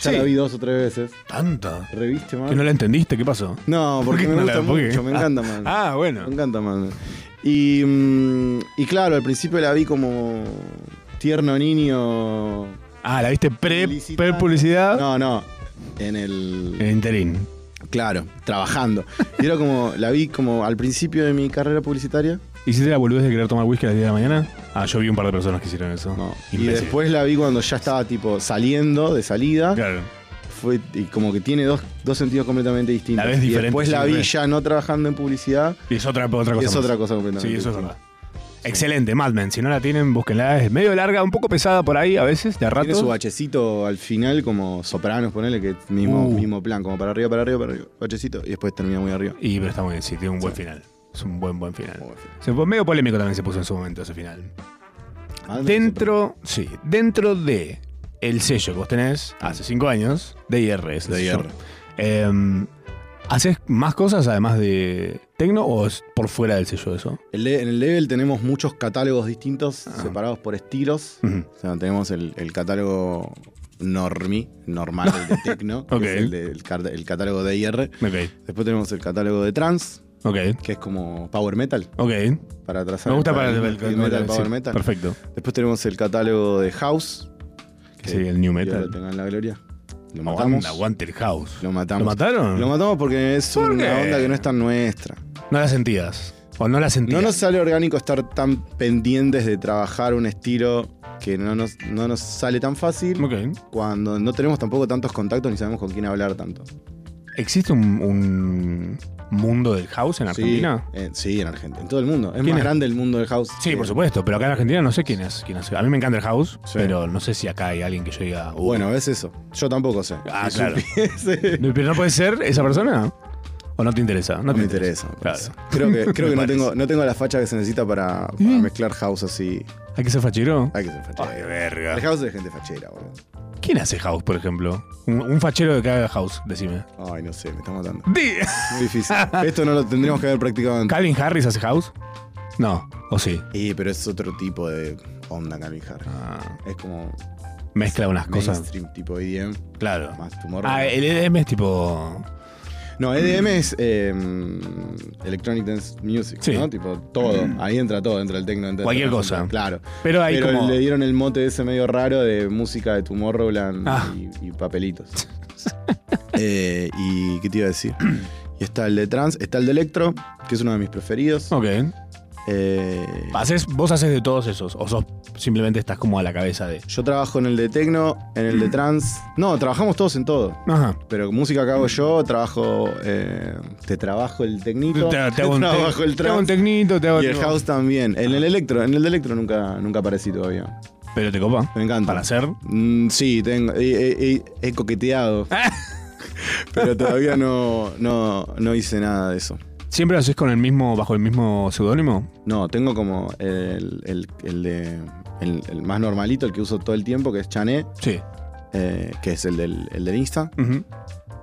S2: Ya
S1: Sí.
S2: la vi dos o tres veces.
S1: Tanta.
S2: ¿Reviste Mad
S1: ¿Que no
S2: Men?
S1: la entendiste? ¿Qué pasó?
S2: No, porque
S1: ¿Por qué
S2: me
S1: no la-
S2: gusta
S1: por qué?
S2: mucho. Me
S1: Ah.
S2: encanta Mad Men.
S1: Ah, bueno.
S2: Me encanta Mad Men. Y, mm, y claro, al principio la vi como tierno niño.
S1: Ah, la viste pre,
S2: Publicita-
S1: pre publicidad.
S2: No, no. En el.
S1: En interín.
S2: Claro, trabajando. Y era como, la vi como al principio de mi carrera publicitaria.
S1: ¿Hiciste la boludez de querer tomar whisky a las 10 de la mañana? Ah, yo vi un par de personas que hicieron eso.
S2: No. Y
S1: Imbécil.
S2: después la vi cuando ya estaba tipo saliendo de salida.
S1: Claro.
S2: Fue, y como que tiene dos, dos sentidos completamente distintos.
S1: La ves
S2: Y
S1: diferente,
S2: después la
S1: sí,
S2: vi
S1: re.
S2: ya no trabajando en publicidad.
S1: Y es otra, otra
S2: Y
S1: cosa.
S2: es
S1: más.
S2: otra cosa completamente
S1: Sí, eso es
S2: distinta.
S1: verdad. Excelente, Mad Men. Si no la tienen, búsquenla. Es medio larga, un poco pesada por ahí a veces, de a
S2: Tiene su
S1: ratos.
S2: bachecito al final, como sopranos, ponele que mismo,
S1: Uh.
S2: mismo plan, como para arriba, para arriba, para arriba. Bachecito, y después termina muy arriba.
S1: Y pero está muy bien, sí, tiene un buen final. Es un buen, buen final.
S2: Muy bien.
S1: Se fue- medio polémico también se puso en su momento ese final.
S2: Ah,
S1: Dentro, sí, dentro de el sello que vos tenés hace cinco años, DIR, ese
S2: DIR.
S1: sello, em, ¿Haces más cosas además de Tecno o es por fuera del sello eso?
S2: El le- en el level tenemos muchos catálogos distintos,
S1: Ah.
S2: separados por estilos.
S1: Ujú.
S2: O sea, tenemos el, el catálogo normie, normal, el de techno, que
S1: Ok.
S2: es el, del car- el catálogo de IR.
S1: Ok,
S2: Después tenemos el catálogo de trans,
S1: ok,
S2: que es como power metal,
S1: ok.
S2: para trazar
S1: Me gusta para el,
S2: paradigma
S1: el-
S2: del
S1: el
S2: metal,
S1: metal,
S2: power
S1: sí,
S2: metal.
S1: Perfecto.
S2: Después tenemos el catálogo de house,
S1: Que sería el new
S2: Dios lo
S1: metal.
S2: tenga en la gloria. Lo matamos.
S1: Aguanta, aguanta el house.
S2: Lo matamos.
S1: ¿Lo mataron?
S2: Lo matamos porque es
S1: ¿Por
S2: una
S1: qué?
S2: onda que no es tan nuestra.
S1: no la sentías. O no la sentías.
S2: No nos sale orgánico estar tan pendientes de trabajar un estilo que no nos, no nos sale tan fácil
S1: Ok.
S2: cuando no tenemos tampoco tantos contactos ni sabemos con quién hablar tanto.
S1: ¿Existe un, un mundo del house en Argentina?
S2: Sí, eh, sí, en Argentina. En todo el mundo. Es
S1: ¿Quién
S2: más
S1: es?
S2: grande el mundo del house.
S1: Sí,
S2: que-
S1: por supuesto, pero acá en Argentina no sé quién es. Quién hace. A mí me encanta el house,
S2: Sí.
S1: pero no sé si acá hay alguien que yo diga. "Uh,
S2: Bueno, es eso. Yo tampoco sé.
S1: Ah,
S2: Si
S1: claro.
S2: supiese-
S1: Pero no puede ser esa persona. ¿O no te interesa? No,
S2: No
S1: te
S2: me interesa. me
S1: Claro.
S2: parece. Creo que, creo
S1: Me
S2: que no,
S1: parece.
S2: tengo, no tengo la facha que se necesita para, para
S1: Mm.
S2: mezclar house así.
S1: ¿Hay que ser fachero?
S2: Hay que ser
S1: Ay,
S2: fachero. El
S1: verga.
S2: house es de gente fachera, boludo.
S1: ¿Quién hace house, por ejemplo? Un, un fachero que haga house, decime.
S2: Ay, no sé, me está matando.
S1: Di-
S2: Muy difícil. Esto no lo tendríamos que haber practicado antes.
S1: ¿Calvin Harris hace house? No, o sí.
S2: Y, pero es otro tipo de onda Calvin Harris.
S1: Ah,
S2: Es como
S1: mezcla unas cosas.
S2: mainstream tipo EDM,
S1: Claro.
S2: más tumor.
S1: Ah, el EDM es tipo.
S2: No, EDM es eh, Electronic Dance Music,
S1: Sí. Mm.
S2: ¿no? Tipo todo. Ahí entra todo, entra el techno, entra el
S1: Cualquier
S2: trance,
S1: cosa.
S2: entra- Claro.
S1: Pero hay
S2: Pero
S1: como.
S2: le dieron el mote ese medio raro de música de Tomorrowland
S1: Ah.
S2: y, y papelitos. Eh, y qué te iba a decir. Y está el de trans, está el de electro, que es uno de mis preferidos.
S1: Ok.
S2: Eh,
S1: Haces, vos haces de todos esos, o sos, simplemente estás como a la cabeza de.
S2: yo trabajo en el de techno, en el de trans. No, trabajamos todos en todo.
S1: Ajá.
S2: Pero música que hago yo, trabajo. eh, te trabajo el
S1: Te,
S2: tecnito.
S1: te hago un,
S2: trabajo el
S1: te hago un
S2: trans.
S1: tecnito, te hago
S2: y el house también. En el electro, en el de electro nunca, nunca aparecí todavía.
S1: Pero te copa.
S2: Me encanta.
S1: Para hacer. Ah.
S2: Mm, sí, tengo. He, he- he- he coqueteado. Pero todavía no, no, no hice nada de eso.
S1: ¿Siempre lo haces con el mismo, bajo el mismo seudónimo?
S2: No, tengo como el, el- el de- el- el más normalito, el que uso todo el tiempo, que es Chané,
S1: Sí.
S2: eh, que es el del, el del Insta.
S1: Ujú.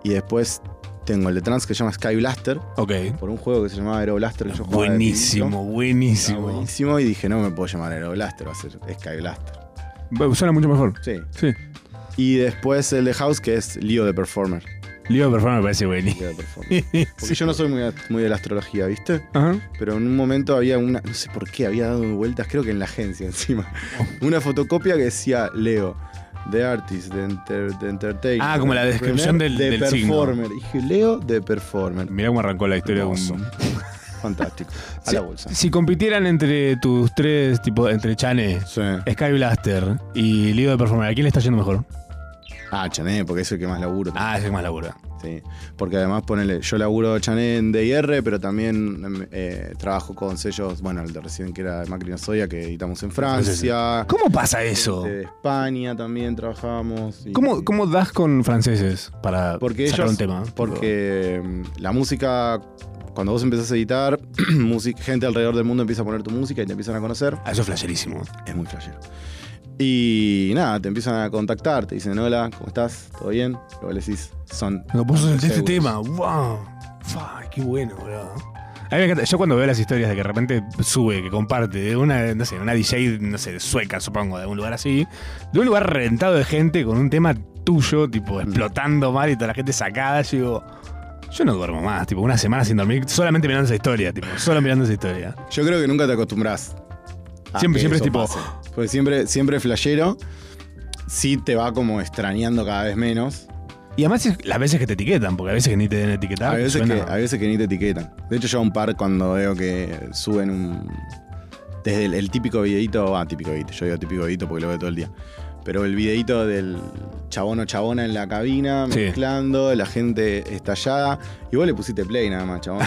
S2: Y después tengo el de trans que se llama Sky Blaster,
S1: Ok.
S2: por un juego que se llamaba Aero Blaster que yo jugaba. de Ah,
S1: Buenísimo,
S2: pibito. Estaba
S1: buenísimo.
S2: buenísimo. Y dije, no me puedo llamar Aero Blaster, va a ser Sky Blaster.
S1: Bu- Suena mucho mejor.
S2: Sí.
S1: Sí.
S2: Y después el de House, que es Lío de Performer.
S1: Lío de performance me parece buenísimo.
S2: Lío de Performer. Porque yo no soy muy, muy de la astrología, ¿viste?
S1: Ajá.
S2: Pero en un momento había una, no sé por qué, había dado vueltas, creo que en la agencia encima, una fotocopia que decía Leo, The Artist, The, enter- the Entertainer.
S1: Ah, como la descripción del-
S2: the
S1: del signo.
S2: Performer. Y dije, Leo, The Performer.
S1: Mirá cómo arrancó la historia de un-
S2: Hermoso. Fantástico. A
S1: Si-
S2: la bolsa.
S1: Si compitieran entre tus tres, tipo, entre Chane,
S2: Sí.
S1: Sky Blaster y Lío de Performer, ¿a quién le está yendo mejor?
S2: Ah, Chané, porque es el que más laburo.
S1: Ah, ese es más labura.
S2: Sí. Porque además, ponele, yo laburo Chané en DIR, pero también em, eh, trabajo con sellos, bueno, el de recién que era Macrino Soya, que editamos en Francia.
S1: ¿Cómo pasa eso?
S2: De España también trabajamos. y-
S1: ¿Cómo, cómo das con franceses para
S2: Porque
S1: sacar
S2: ellos-
S1: un tema?
S2: Porque mm, la música, cuando vos empezás a editar, música- gente alrededor del mundo empieza a poner tu música y te empiezan a conocer.
S1: Ah, eso es flasherísimo.
S2: Es muy flashero. Y nada, te empiezan a contactar, te dicen, hola, ¿cómo estás? ¿Todo bien? Luego le decís, son...
S1: Cuando puso este
S2: Seguros.
S1: tema, wow, fa, qué bueno, bro. A mí me encanta. Yo cuando veo las historias de que de repente sube, que comparte, de una, no sé, una DJ, no sé, sueca, supongo, de un lugar así, de un lugar reventado de gente con un tema tuyo,
S2: Mm.
S1: tipo, explotando mal y toda la gente sacada, yo digo, yo no duermo más, tipo, una semana sin dormir, solamente mirando esa historia, tipo, solo mirando esa historia.
S2: Yo creo que nunca te acostumbrás. a
S1: Siempre-
S2: que
S1: siempre
S2: eso
S1: es tipo-
S2: pase. Porque siempre, siempre flashero, sí te va como extrañando cada vez menos.
S1: Y además es las veces que te etiquetan, porque a veces que ni te den etiquetar.
S2: Hay veces,
S1: Ah, suena-
S2: que, hay veces que ni te etiquetan. De hecho, yo a un par cuando veo que suben un. Desde el, el típico videíto. Ah, típico videíto. Yo digo típico videíto porque lo veo todo el día. Pero el videíto del chabón o chabona en la cabina,
S1: Sí.
S2: mezclando, la gente estallada. Y vos le pusiste play nada más, chabón.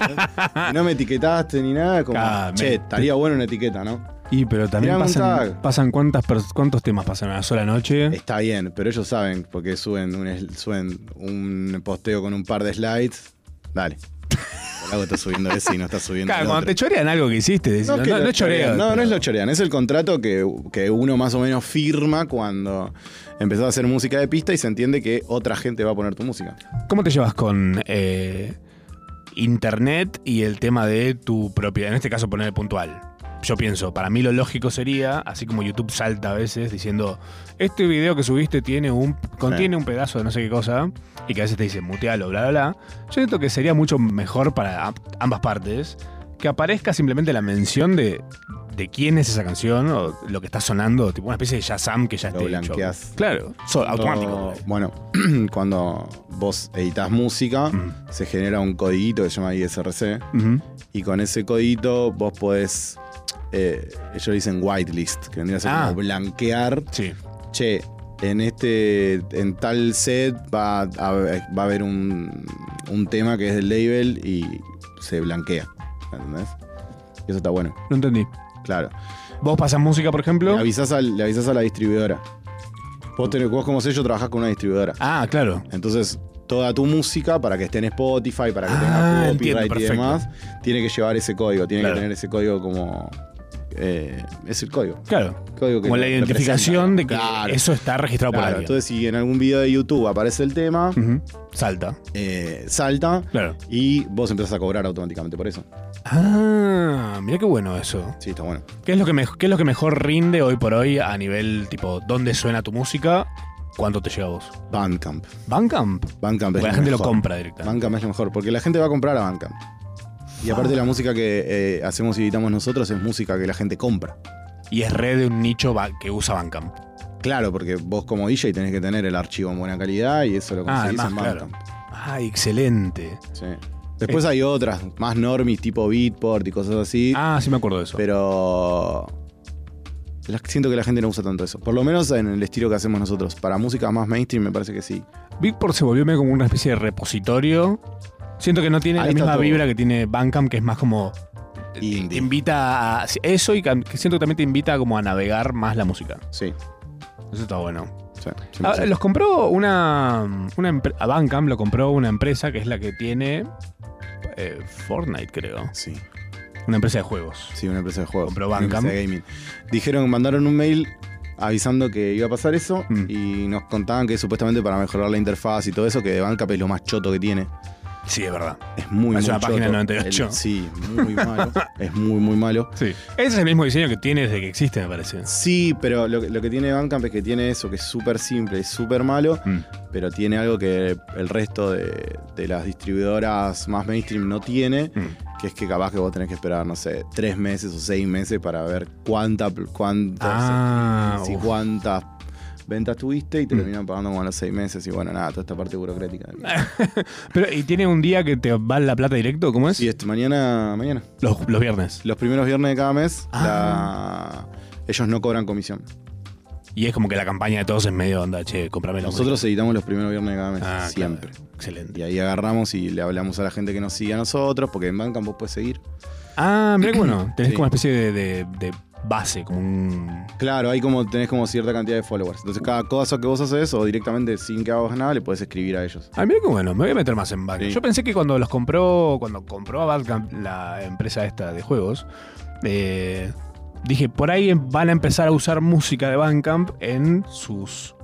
S2: ¿Entendés? Y no me etiquetaste ni nada. Como,
S1: Ah,
S2: che,
S1: me-
S2: estaría bueno una etiqueta, ¿no?
S1: Y pero también
S2: Tirame un
S1: pasan,
S2: tag.
S1: pasan cuántas pers- cuántos temas pasan en una sola noche.
S2: Está bien, pero ellos saben porque suben un, suben un posteo con un par de slides. Dale. Por algo está subiendo ese y no está subiendo
S1: Claro,
S2: el
S1: cuando
S2: otro.
S1: te chorean algo que hiciste, decís, no,
S2: es que
S1: no,
S2: lo
S1: no choreo.
S2: chorean, No, no
S1: pero-
S2: es lo chorean, es el contrato que, que uno más o menos firma cuando empezás a hacer música de pista y se entiende que otra gente va a poner tu música.
S1: ¿Cómo te llevas con eh, internet y el tema de tu propiedad? En este caso, poner puntual. Yo pienso, para mí lo lógico sería, así como YouTube salta a veces diciendo, este video que subiste tiene un, contiene un pedazo de no sé qué cosa, y que a veces te dice mutealo, bla, bla, bla. Yo siento que sería mucho mejor para am- ambas partes que aparezca simplemente la mención de, de quién es esa canción o lo que está sonando, tipo una especie de Shazam que ya
S2: Lo
S1: esté hecho.
S2: blanqueás.
S1: Claro, so- automático.
S2: Cuando- bueno, cuando vos editas música,
S1: Mm.
S2: se genera un codiguito que se llama ISRC
S1: Ujú.
S2: y con ese codiguito vos podés. eh, ellos dicen whitelist, que vendría a ser
S1: Ah.
S2: como blanquear.
S1: Sí.
S2: Che, en este. En tal set va a, va a haber un, un tema que es del label y se blanquea. ¿Entendés? Y eso está bueno,
S1: No entendí.
S2: claro.
S1: Vos pasas música, por
S2: Le
S1: ejemplo.
S2: avisás, al- le avisás a la distribuidora. Vos, tenés- vos como sello trabajás con una distribuidora.
S1: Ah, claro.
S2: Entonces, toda tu música, para que esté en Spotify, para que
S1: Ah,
S2: tenga
S1: entiendo,
S2: copyright y
S1: perfecto.
S2: demás, tiene que llevar ese código, tiene
S1: Claro.
S2: que tener ese código como. eh, es el código.
S1: Claro.
S2: código que
S1: Como la
S2: lo
S1: identificación de que
S2: representa. Claro.
S1: eso está registrado por
S2: Claro,
S1: alguien.
S2: entonces si en algún video de YouTube aparece el tema,
S1: Ujú. Salta.
S2: eh, salta
S1: Claro.
S2: y vos empezás a cobrar automáticamente por eso.
S1: Ah, mira qué bueno eso.
S2: Sí, está bueno.
S1: ¿Qué es, lo que me- ¿Qué es lo que mejor rinde hoy por hoy a nivel tipo dónde suena tu música? ¿Cuánto te llega a vos?
S2: Bandcamp.
S1: ¿Bandcamp?
S2: Bandcamp es
S1: Porque la
S2: lo
S1: gente lo
S2: mejor.
S1: compra directamente.
S2: Bandcamp es lo mejor, porque la gente va a comprar a Bandcamp. Y
S1: Ah.
S2: aparte la música que eh, hacemos y editamos nosotros es música que la gente compra.
S1: Y es red de un nicho ba- que usa Bandcamp.
S2: Claro, porque vos como DJ tenés que tener el archivo en buena calidad y eso lo
S1: Ah,
S2: conseguís
S1: además,
S2: en
S1: claro.
S2: Bandcamp.
S1: Ah, excelente.
S2: Sí. Después hay otras, más normis, tipo Beatport y cosas así.
S1: Ah, sí me acuerdo de eso.
S2: Pero la- siento que la gente no usa tanto eso. Por lo menos en el estilo que hacemos nosotros. Para música más mainstream me parece que sí.
S1: Beatport se volvió medio como una especie de repositorio. Siento que no tiene
S2: Ahí
S1: la
S2: está
S1: misma
S2: todo.
S1: vibra que tiene Bandcamp, que es más como. te-
S2: Indie.
S1: Te invita a. sí, Eso y cam- que siento que también te invita como a navegar más la música.
S2: Sí,
S1: Eso está bueno.
S2: sí. Sí,
S1: Ah,
S2: 100%.
S1: los compró una, una empre- a Bandcamp lo compró una empresa que es la que tiene eh, Fortnite, creo.
S2: Sí,
S1: Una empresa de juegos.
S2: sí, una empresa de juegos.
S1: Compró
S2: una empresa
S1: Bandcamp.
S2: de gaming. Dijeron, mandaron un mail avisando que iba a pasar eso
S1: Mm.
S2: y nos contaban que supuestamente para mejorar la interfaz y todo eso, que Bandcamp es lo más choto que tiene.
S1: Sí, es verdad.
S2: Es muy,
S1: Es
S2: muy
S1: una página
S2: choto.
S1: 98.
S2: El- sí, muy malo. es muy, muy malo.
S1: Sí. Ese es el mismo diseño que tiene desde que existe, me parece.
S2: Sí, pero lo, que- lo que tiene Bandcamp es que tiene eso, que es súper simple, es súper malo,
S1: Mm.
S2: pero tiene algo que el resto de, de las distribuidoras más mainstream no tiene,
S1: Mm.
S2: que es que capaz que vos tenés que esperar, no sé, tres meses o seis meses para ver cuánta, cuántas,
S1: Ah,
S2: sí,
S1: uf.
S2: cuántas ventas tuviste y te
S1: Mm.
S2: terminan pagando como a los seis meses y bueno, nada, toda esta parte burocrática.
S1: Pero, ¿y tiene un día que te va la plata directo? ¿Cómo es?
S2: Y esto, mañana, mañana.
S1: Los, los viernes.
S2: Los primeros viernes de cada mes,
S1: Ah.
S2: la- ellos no cobran comisión.
S1: Y es como que la campaña de todos es medio onda, che, comprame la
S2: Nosotros editamos los primeros viernes de cada mes,
S1: música. Ah,
S2: siempre.
S1: claro. Excelente.
S2: Y ahí agarramos y le hablamos a la gente que nos sigue a nosotros, porque en Bandcamp vos puedes seguir.
S1: Ah, mira que bueno. Tenés
S2: Sí.
S1: como una especie de, de- de base, como un.
S2: Claro, ahí como tenés como cierta cantidad de followers. Entonces cada cosa que vos haces o directamente sin que hagas nada, le podés escribir a ellos.
S1: Ah, mira que bueno, me voy a meter más en Bandcamp.
S2: Sí.
S1: Yo pensé que cuando los compró, cuando compró a Bandcamp la empresa esta de juegos, eh, dije, por ahí em, van a empezar a usar música de Bandcamp en sus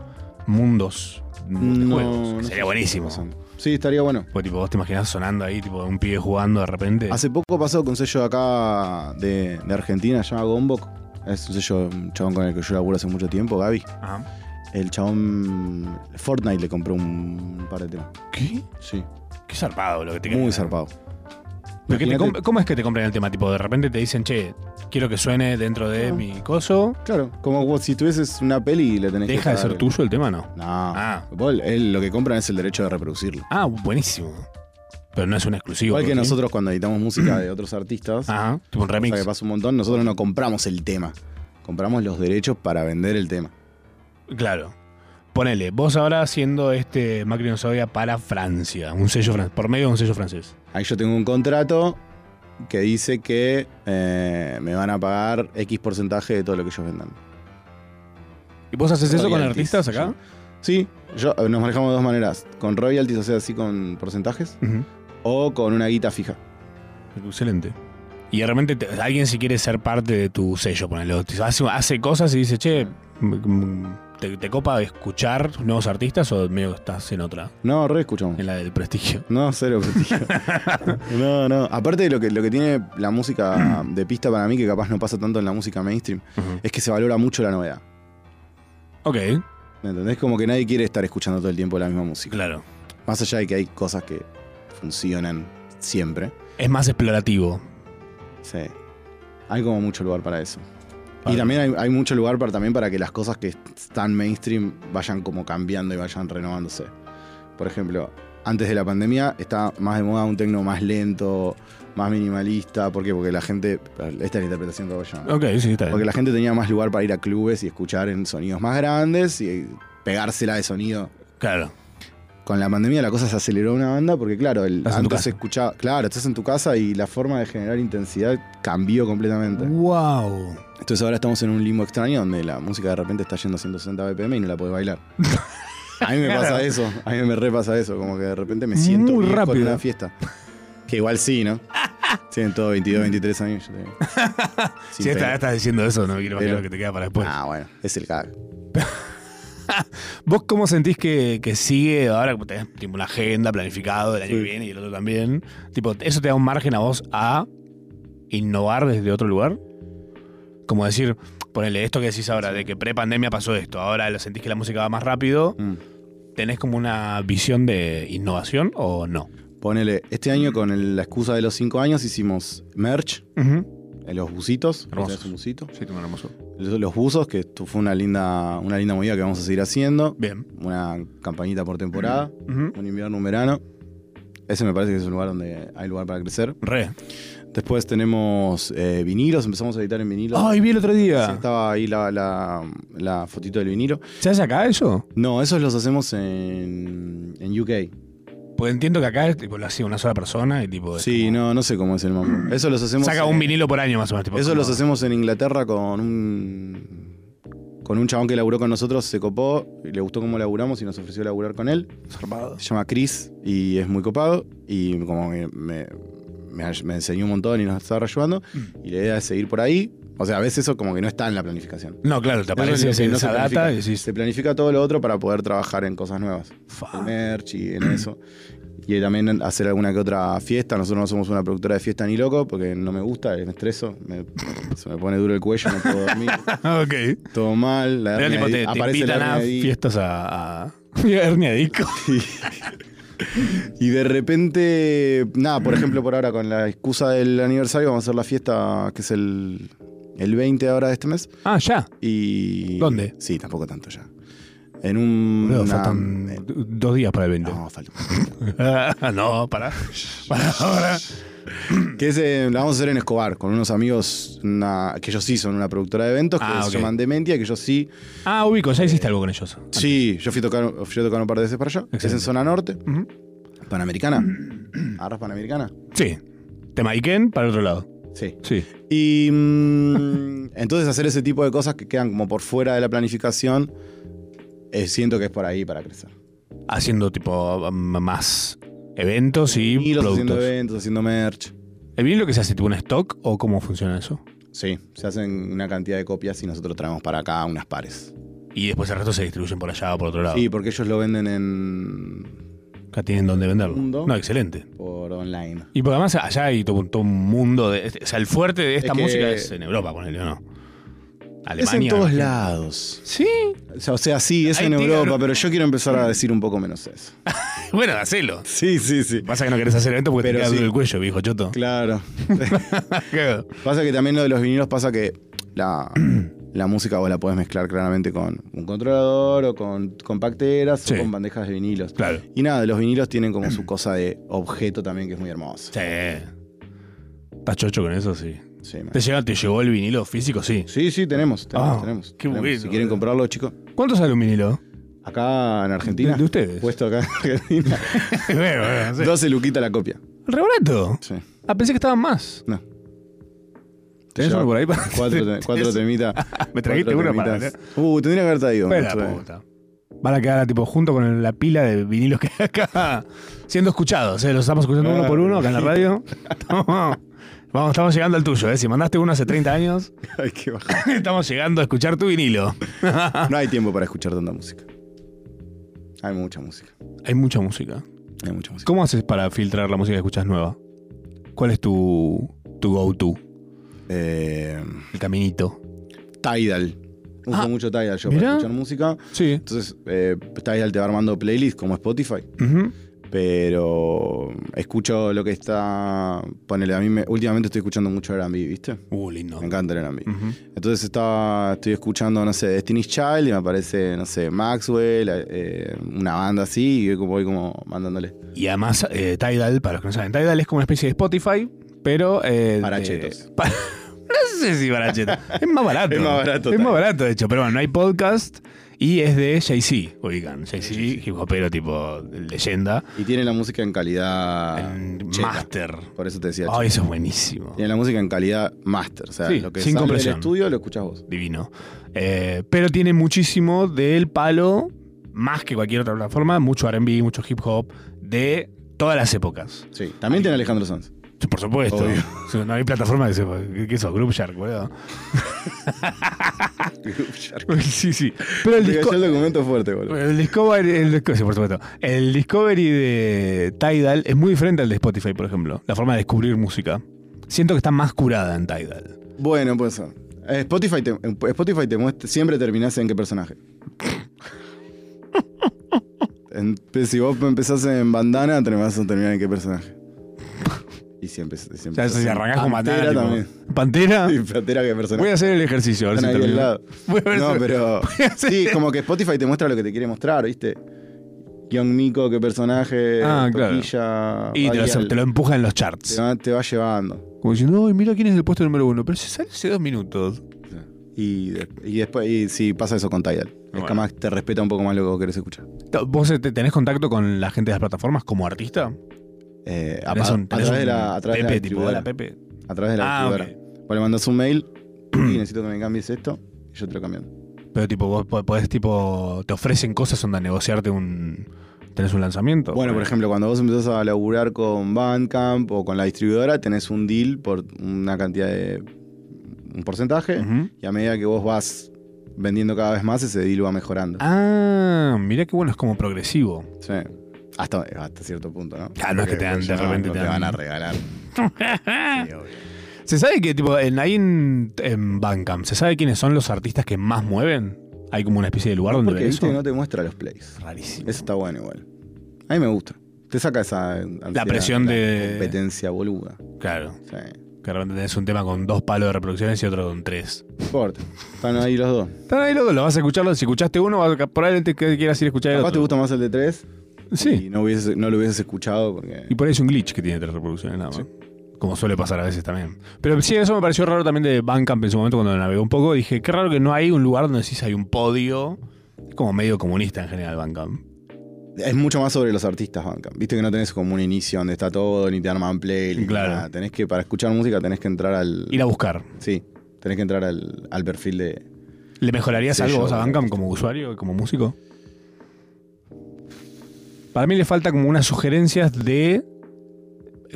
S1: mundos de juegos.
S2: no sé
S1: Sería
S2: si
S1: buenísimo.
S2: está pasando. Sí, estaría bueno.
S1: Porque, tipo, vos te imaginás sonando ahí, tipo, un pibe jugando de repente.
S2: Hace poco pasó con un sello de acá de, de Argentina, se llama Gombok. Es un sello, un chabón con el que yo laburo hace mucho tiempo, Gaby.
S1: Ajá.
S2: El chabón Fortnite le compró un par de temas.
S1: ¿Qué?
S2: Sí,
S1: Qué zarpado lo que te
S2: muy
S1: quedan.
S2: zarpado.
S1: Pero que te
S2: Imagínate-
S1: comp- ¿Cómo es que te compran el tema? Tipo, de repente te dicen, che, quiero que suene dentro de
S2: No.
S1: mi coso.
S2: Claro, como vos, si tuvieses una peli y le tenés que
S1: ¿Deja de ser
S2: dar-
S1: tuyo el tema no?
S2: No.
S1: Ah.
S2: Vos, él lo que compran es el derecho de reproducirlo.
S1: Ah, buenísimo. Pero no es un exclusivo.
S2: Igual que
S1: ¿sí?
S2: nosotros cuando editamos música de otros artistas,
S1: Ajá, tipo un
S2: cosa
S1: Ah, remix.
S2: que pasa un montón, nosotros no compramos el tema. Compramos los derechos para vender el tema.
S1: Claro. Ponele, vos ahora haciendo este Macrinosauria para Francia, un sello fran- por medio de un sello francés.
S2: Ahí yo tengo un contrato que dice que eh, me van a pagar X porcentaje de todo lo que ellos vendan.
S1: ¿Y vos haces eso con
S2: Royalties,
S1: artistas acá?
S2: Sí, yo, eh, nos manejamos de dos maneras. Con royalties, o sea, así con porcentajes,
S1: Ujú.
S2: o con una guita fija.
S1: Excelente. Y de repente te- alguien si quiere ser parte de tu sello, ponele, o te- hace, hace cosas y dice, che, m- m- ¿te, te copa escuchar nuevos artistas o medio estás en otra,
S2: No, re escuchamos.
S1: en la del prestigio?
S2: No, cero prestigio. no, no. Aparte de lo que, lo que tiene la música de pista para mí, que capaz no pasa tanto en la música mainstream,
S1: Ujú.
S2: es que se valora mucho la novedad.
S1: Ok,
S2: ¿Me entendés? Como que nadie quiere estar escuchando todo el tiempo la misma música.
S1: claro.
S2: Más allá de que hay cosas que funcionan siempre.
S1: Es más explorativo.
S2: Sí. Hay como mucho lugar para eso.
S1: Vale.
S2: Y también hay, hay mucho lugar para, también para que las cosas que están mainstream vayan como cambiando y vayan renovándose. Por ejemplo, antes de la pandemia estaba más de moda un tecno más lento, más minimalista. ¿Por qué? Porque la gente. Esta es la interpretación que voy a
S1: Ok, sí, está
S2: Porque
S1: bien.
S2: la gente tenía más lugar para ir a clubes y escuchar en sonidos más grandes y pegársela de sonido
S1: Claro.
S2: con la pandemia la cosa se aceleró una banda porque claro, el,
S1: Estás en tu
S2: antes
S1: casa.
S2: se escuchaba, claro, estás en tu casa y la forma de generar intensidad cambió completamente.
S1: Wow.
S2: Entonces ahora estamos en un limbo extraño donde la música de repente está yendo a 160 BPM y no la podés bailar. A mí me pasa eso, a mí me repasa eso, como que de repente me siento
S1: Muy
S2: viejo
S1: rápido.
S2: en una fiesta. Que igual sí, ¿no? Tienen todos 22, 23 años. Yo tengo.
S1: Si
S2: Sin
S1: sí,
S2: pena.
S1: está- estás diciendo eso, no me quiero imaginar
S2: Pero-
S1: lo que te queda para después.
S2: Ah, bueno, es el gag.
S1: ¿Vos cómo sentís que, que sigue ahora como tenés tipo, una agenda planificado del año que viene y el otro también? Tipo, ¿eso te da un margen a vos a innovar desde otro lugar? Como decir, ponele esto que decís ahora, de que pre-pandemia pasó esto, ahora lo sentís que la música va más rápido,
S2: Mm.
S1: ¿tenés como una visión de innovación o no?
S2: Ponele, este año con el- la excusa de los 5 años hicimos merch, en los busitos.
S1: Hermosos.
S2: ¿viste? Es un busito.
S1: Sí, tengo hermoso.
S2: los, los buzos, que esto fue una linda, una linda movida que vamos a seguir haciendo.
S1: Bien.
S2: Una campañita por temporada,
S1: Ujú.
S2: un invierno, un verano. Ese me parece que es un lugar donde hay lugar para crecer.
S1: Re.
S2: Después tenemos eh, vinilos, empezamos a editar en vinilo.
S1: Ay, vi el otro
S2: Sí,
S1: día.
S2: estaba ahí la, la- la fotito del vinilo.
S1: ¿Se hace acá eso?
S2: No, esos los hacemos en, en UK.
S1: Pues entiendo que acá es, tipo, lo hacía una sola persona y tipo. es
S2: Sí,
S1: Pues como-
S2: no, no sé cómo es el mambo. Eso los hacemos.
S1: Saca pues
S2: en-
S1: un vinilo por año más o menos. Tipo,
S2: Eso
S1: como-
S2: los hacemos en Inglaterra con un con un chabón que laburó con nosotros, se copó, y le gustó cómo laburamos y nos ofreció laburar con él.
S1: Zarpado.
S2: Se llama Chris y es muy copado y como que me, me ay- me enseñó un montón y nos estaba ayudando
S1: Mm.
S2: y la idea es seguir por ahí. O sea, a veces eso como que no está en la planificación.
S1: No, claro, te
S2: Eso
S1: aparece
S2: es lo que no
S1: esa
S2: se
S1: data y
S2: planifica.
S1: decís,
S2: Se planifica todo lo otro para poder trabajar en cosas nuevas.
S1: "Fa".
S2: El merch y en eso. Y también hacer alguna que otra fiesta. Nosotros no somos una productora de fiesta ni loco porque no me gusta, me estreso, me- se me pone duro el cuello, no puedo dormir,
S1: Ok.
S2: todo mal. La
S1: Era
S2: hernia
S1: tipo,
S2: de-
S1: te, te
S2: aparece la
S1: invitan a
S2: hernia de-
S1: fiestas a, a hernia de disco.
S2: Y de repente, nada, por ejemplo, por ahora con la excusa del aniversario vamos a hacer la fiesta que es el, el 20 ahora de este mes.
S1: Ah, ya.
S2: Y
S1: ¿Dónde?
S2: Sí, tampoco tanto ya. En un...
S1: Boludo,
S2: una-
S1: faltan
S2: eh,
S1: d- dos días para el 20.
S2: no, falta.
S1: Ah, no, para. Para ahora.
S2: Que es, eh, la vamos a hacer en Escobar con unos amigos una- que ellos sí son una productora de eventos que
S1: Ah, ok.
S2: se llaman Dementia, que yo sí.
S1: Ah, ubico, ya hiciste algo con ellos.
S2: Sí, yo fui a tocar, fui a tocar un par de veces para allá. Es en
S1: Excelente.
S2: zona norte,
S1: Ujú.
S2: panamericana. Arras panamericana.
S1: Sí. Te maiquen para el otro lado.
S2: Sí.
S1: Sí.
S2: Y mm, entonces hacer ese tipo de cosas que quedan como por fuera de la planificación, eh, siento que es por ahí para crecer.
S1: Haciendo tipo m- más eventos y
S2: Vinilos, haciendo
S1: productos.
S2: eventos, haciendo merch.
S1: ¿El vinilo que se hace tipo un stock o cómo funciona eso?
S2: Sí, se hacen una cantidad de copias y nosotros traemos para acá unas pares.
S1: Y después el resto se distribuyen por allá o por otro lado.
S2: Sí, porque ellos lo venden en
S1: Acá tienen donde venderlo.
S2: Mundo.
S1: No, excelente.
S2: por online.
S1: Y porque además allá hay todo, un- todo un mundo de. O sea, el fuerte de esta
S2: Es que-
S1: música es en Europa, ponele, ¿o ¿no? Alemania.
S2: es en todos
S1: ¿no?
S2: lados.
S1: Sí.
S2: O sea, o sea, sí, es
S1: Ahí
S2: en
S1: tira,
S2: Europa,
S1: ¿no?
S2: pero yo quiero empezar a decir un poco menos eso.
S1: Bueno, hacelo.
S2: Sí, sí, sí.
S1: Pasa que no querés hacer evento porque
S2: Pero
S1: te queda
S2: sí.
S1: duro el cuello, viejo choto.
S2: Claro.
S1: Claro.
S2: Pasa que también lo de los vinilos pasa que la, la música vos la podés mezclar claramente con un controlador o con compacteras
S1: Sí.
S2: o con bandejas de vinilos. Y nada, los vinilos tienen como su cosa de objeto también que es muy hermoso.
S1: Sí. ¿Estás chocho con eso? Sí.
S2: Sí, man.
S1: ¿Te, llega, ¿Te llegó el vinilo físico? Sí.
S2: sí, sí, tenemos, tenemos,
S1: Ah,
S2: tenemos.
S1: qué
S2: tenemos.
S1: bueno,
S2: si quieren
S1: boludo.
S2: comprarlo, chicos,
S1: ¿Cuánto sale un vinilo?
S2: acá en Argentina.
S1: De- de ustedes.
S2: Puesto acá en Argentina.
S1: bueno, bueno, sí.
S2: 12 luquita la copia.
S1: Re barato.
S2: Sí.
S1: Ah, pensé que estaban más.
S2: No.
S1: ¿Tenés
S2: Yo-
S1: uno por ahí para-
S2: Cuatro, te- cuatro
S1: ¿Tenés-
S2: temitas.
S1: Me trajiste
S2: cuatro
S1: uno para.
S2: temitas. Uh, tendría que haber traído.
S1: Fue la
S2: no estuve.
S1: puta. Van a quedar tipo junto con el- la pila de vinilos que hay acá siendo escuchados. ¿eh? Los estamos escuchando uno por uno acá en la radio. Estamos- Vamos, estamos llegando al tuyo. ¿eh? Si mandaste uno hace 30 años,
S2: Hay que bajar.
S1: estamos llegando a escuchar tu vinilo.
S2: No hay tiempo para escuchar tanta música. Hay mucha música.
S1: Hay mucha música.
S2: Hay mucha música.
S1: ¿Cómo haces para filtrar la música que escuchas nueva? ¿Cuál es tu, tu go-to?
S2: Eh,
S1: El caminito.
S2: Tidal. Uso
S1: Ah,
S2: mucho Tidal yo
S1: mirá.
S2: para escuchar música.
S1: Sí.
S2: Entonces, eh, Tidal te va armando playlists como Spotify. Pero escucho lo que está. Ponele, a mí me- últimamente estoy escuchando mucho RB, ¿viste?
S1: Uh, lindo.
S2: Me encanta el RB.
S1: Ujú.
S2: Entonces estaba, estoy escuchando, no sé, Destiny's Child y me aparece, no sé, Maxwell, eh, una banda así, y yo como- voy como mandándole.
S1: Y además, eh, Tidal, para los que no saben, Tidal es como una especie de Spotify, pero. eh,
S2: Para
S1: de-
S2: chetos.
S1: pa- no sé si para chetos. Es más barato.
S2: Es más barato,
S1: Es
S2: Tidal.
S1: más barato, de hecho. Pero bueno, hay podcast y es de Jay-Z. Oigan, Jay-Z, hip hopero tipo leyenda.
S2: Y tiene la música en calidad.
S1: en
S2: cheta.
S1: master.
S2: Por eso te decía.
S1: Ay, eso es buenísimo.
S2: Tiene la música en calidad master. O sea,
S1: Sí,
S2: lo que
S1: sin
S2: sale del
S1: compresión.
S2: estudio lo escuchas vos.
S1: divino. Eh, pero tiene muchísimo del palo, más que cualquier otra plataforma, mucho RB, mucho hip hop, de todas las épocas.
S2: Sí. También tiene Alejandro Sanz.
S1: Sí, Por supuesto.
S2: Obvio.
S1: Sí, No hay plataforma que sepa. ¿Qué eso? Group Shark, boludo. Sí, sí. Pero el,
S2: Te
S1: disco,
S2: cayó el documento fuerte, boludo.
S1: el Discovery. El, disco- sí, por supuesto. El Discovery de Tidal es muy diferente al de Spotify, por ejemplo. La forma de descubrir música. Siento que está más curada en Tidal.
S2: Bueno, puede ser. Eh, Spotify te, en Spotify te muestra, siempre terminás en qué personaje. En- si vos empezás en bandana, te vas a terminar en qué personaje. Y siempre.
S1: O
S2: siempre
S1: sea, si arrancás con Pantera.
S2: también.
S1: tipo, Pantera.
S2: Sí, Pantera, qué
S1: Voy
S2: personaje.
S1: a hacer el ejercicio. A ver si
S2: Están ahí al
S1: termino.
S2: lado.
S1: Voy a ver
S2: No,
S1: si-
S2: pero.
S1: hacer-
S2: Sí, como que Spotify te muestra lo que te quiere mostrar, ¿viste? Guión Mico, qué personaje.
S1: Ah, claro.
S2: Toquilla,
S1: Y te lo,
S2: Badial.
S1: te lo empuja en los
S2: Te
S1: charts.
S2: va, te va llevando.
S1: Como diciendo, "Ay, mira quién es el puesto número uno. Pero se sale hace dos minutos.
S2: Y, de- y después, y sí, pasa eso con Tidal. Es que
S1: Bueno.
S2: más te respeta un poco más lo que vos querés escuchar.
S1: Ta- ¿Vos eh, te- tenés contacto con la gente de las plataformas como artista?
S2: Eh, a,
S1: ¿Tenés
S2: a-
S1: un-
S2: a
S1: tenés
S2: través de
S1: un
S2: la, a través de la
S1: Pepe, tipo,
S2: distribuidora.
S1: hola, Pepe.
S2: A través de la
S1: Ah,
S2: distribuidora. Vos le mandás un mail y necesito que me cambies esto y yo te lo cambio.
S1: Pero tipo, vos po- podés, tipo, te ofrecen cosas onda negociarte un... ¿Tenés un lanzamiento?
S2: Bueno, por ejemplo, cuando vos empezás a laburar con Bandcamp o con la distribuidora, tenés un deal por una cantidad de. un porcentaje.
S1: Ujú.
S2: Y a medida que vos vas vendiendo cada vez más, ese deal va mejorando.
S1: Ah, mirá qué bueno, es como progresivo.
S2: Sí. Hasta, hasta cierto punto, ¿no?
S1: Claro, no es que te dan-
S2: Porque
S1: de
S2: no-
S1: repente
S2: no
S1: te
S2: te,
S1: dan-
S2: van a regalar. Sí, obvio.
S1: ¿Se sabe que, tipo, en, ahí en, en Bandcamp, ¿se sabe quiénes son los artistas que más mueven? Hay como una especie de lugar donde
S2: Porque
S1: ver
S2: viste
S1: eso.
S2: que no te muestra los plays.
S1: Rarísimo.
S2: Eso está bueno igual. A mí me gusta. Te saca esa ansiedad,
S1: presión
S2: la
S1: de-
S2: competencia boluda.
S1: Claro,
S2: Sí.
S1: que de repente tenés un tema con dos palos de reproducciones y otro con tres.
S2: No Importa. Están ahí los dos.
S1: Están ahí los dos, lo vas a escuchar, los- si escuchaste uno, vas a- probablemente que quieras ir a escuchar el
S2: Capaz te
S1: otro.
S2: gusta más el de tres.
S1: Sí,
S2: Y no, hubieses- no lo hubieses escuchado porque.
S1: y por ahí es un glitch que tiene tres reproducciones nada más.
S2: Sí.
S1: Como suele pasar a veces también. Pero sí, eso me pareció raro también de Bandcamp en su momento cuando lo navegué un poco. Dije, qué raro que no hay un lugar donde decís hay un podio. Es como medio comunista en general Bandcamp.
S2: Es mucho más sobre los artistas, Bandcamp. Viste que no tenés como un inicio donde está todo, ni te arman play, ni
S1: Claro.
S2: nada. Tenés que, para escuchar música, tenés que entrar al.
S1: Ir a buscar.
S2: Sí. Tenés que entrar al, al perfil de.
S1: ¿Le mejorarías
S2: Sí,
S1: algo
S2: yo-
S1: vos a Bandcamp como usuario, como músico? Para mí le falta como unas sugerencias de.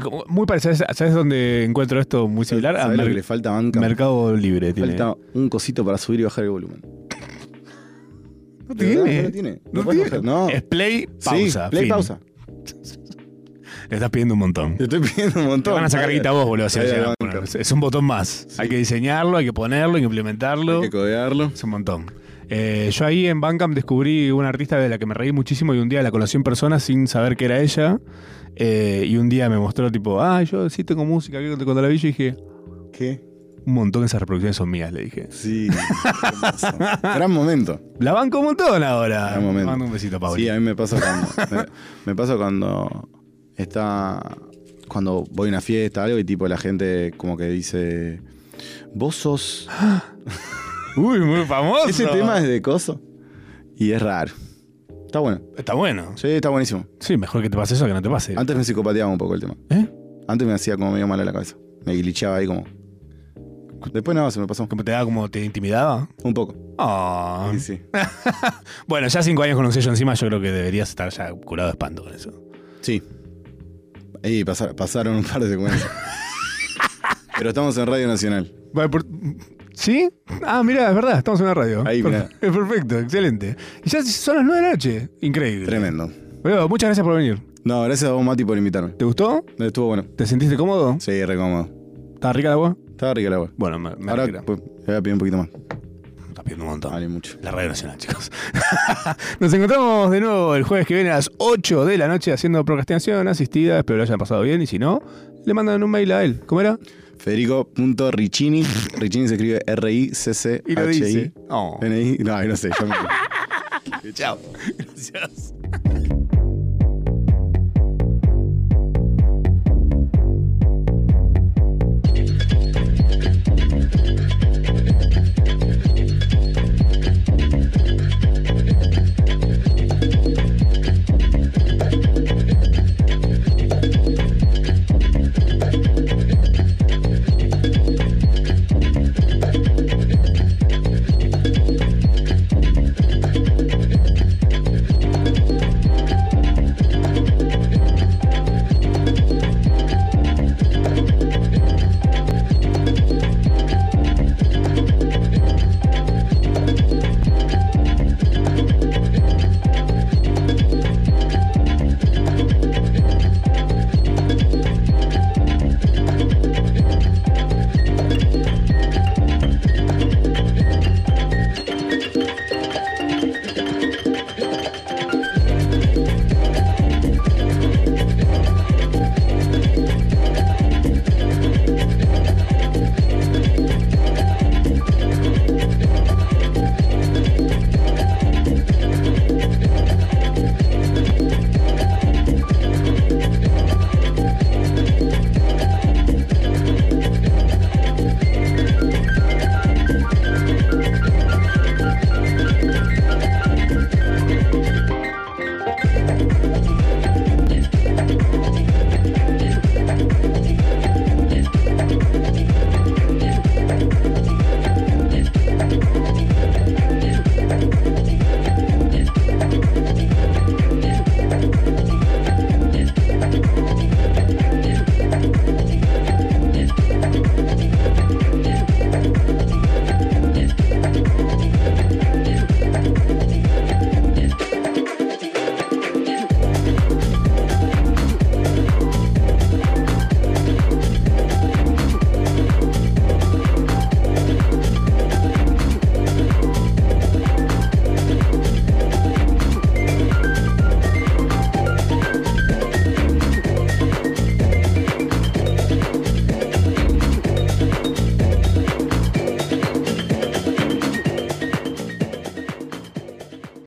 S1: como muy parecidas. ¿Sabes dónde encuentro esto muy similar? A
S2: ¿Sabés lo
S1: Mer-
S2: que le falta a Bandcamp?
S1: Mercado Libre.
S2: Le
S1: Tiene.
S2: falta un cosito para subir y bajar el volumen. No
S1: tiene.
S2: No lo tiene.
S1: No
S2: Lo podés
S1: tiene.
S2: bajar. No.
S1: Es play,
S2: Sí,
S1: pausa.
S2: play,
S1: fin.
S2: pausa.
S1: Le estás pidiendo un montón.
S2: Te estoy pidiendo un
S1: Te
S2: montón.
S1: van a sacar guita vos, boludo. si
S2: Ahí
S1: lo
S2: va
S1: llegan a
S2: Bandcamp.
S1: poner. es un botón más.
S2: Sí.
S1: Hay que diseñarlo, hay que ponerlo, hay que implementarlo.
S2: Hay que codearlo.
S1: Es un montón. Eh, yo ahí en Bandcamp descubrí una artista de la que me reí muchísimo y un día la conocí en persona sin saber que era ella. Eh, y un día me mostró tipo, ah, yo sí tengo música. que Cuando la vi yo dije,
S2: ¿Qué?
S1: un montón de esas reproducciones son mías, le dije.
S2: Sí. hermoso. Gran momento.
S1: La banco un montón ahora.
S2: Gran momento.
S1: Le Mando un besito a Pauli.
S2: Sí, a mí me pasa cuando. me, me pasa cuando está. Cuando voy a una fiesta, algo, y tipo la gente como que dice. Vos sos.
S1: Uy, muy famoso.
S2: Ese tema es de coso. Y es raro. Está bueno.
S1: Está bueno.
S2: Sí, está buenísimo.
S1: Sí, mejor que te pase eso que no te pase.
S2: Antes me psicopateaba un poco el tema.
S1: ¿Eh?
S2: Antes me hacía como medio mal a la cabeza. Me glitchaba ahí como. Después nada, se me pasó.
S1: Como te da como te intimidaba.
S2: Un poco.
S1: Ah.
S2: Sí, sí.
S1: Bueno, ya cinco años con un sello encima, yo creo que deberías estar ya curado de espanto con eso.
S2: Sí. Y pasar- pasaron un par de secuencias. Pero estamos en Radio Nacional.
S1: Vale, por- ¿Sí? Ah, mira, es verdad, estamos en una radio.
S2: Ahí, mirá.
S1: Perfe- Perfecto, excelente. Y ya son las 9 de la noche. Increíble.
S2: Tremendo.
S1: Boludo, muchas gracias por venir.
S2: No, gracias a vos, Mati, por invitarme.
S1: ¿Te gustó?
S2: Estuvo bueno.
S1: ¿Te sentiste cómodo?
S2: Sí, re cómodo.
S1: ¿Estaba rica la agua?
S2: Estaba rica la agua.
S1: Bueno, me, me
S2: Ahora
S1: alegra.
S2: pues, le voy a pedir un poquito más.
S1: Estás pidiendo un montón.
S2: Vale, mucho.
S1: La Radio Nacional, chicos. Nos encontramos de nuevo el jueves que viene a las 8 de la noche haciendo procrastinación asistida. Espero lo hayan pasado bien y si no, le mandan un mail a él. ¿Cómo era?
S2: Federico.Ricini. Ricini se escribe
S1: Y lo dice.
S2: R-I-C-C-H-I.
S1: Oh.
S2: N-I. No, no sé. yo me-
S1: Chao. Gracias.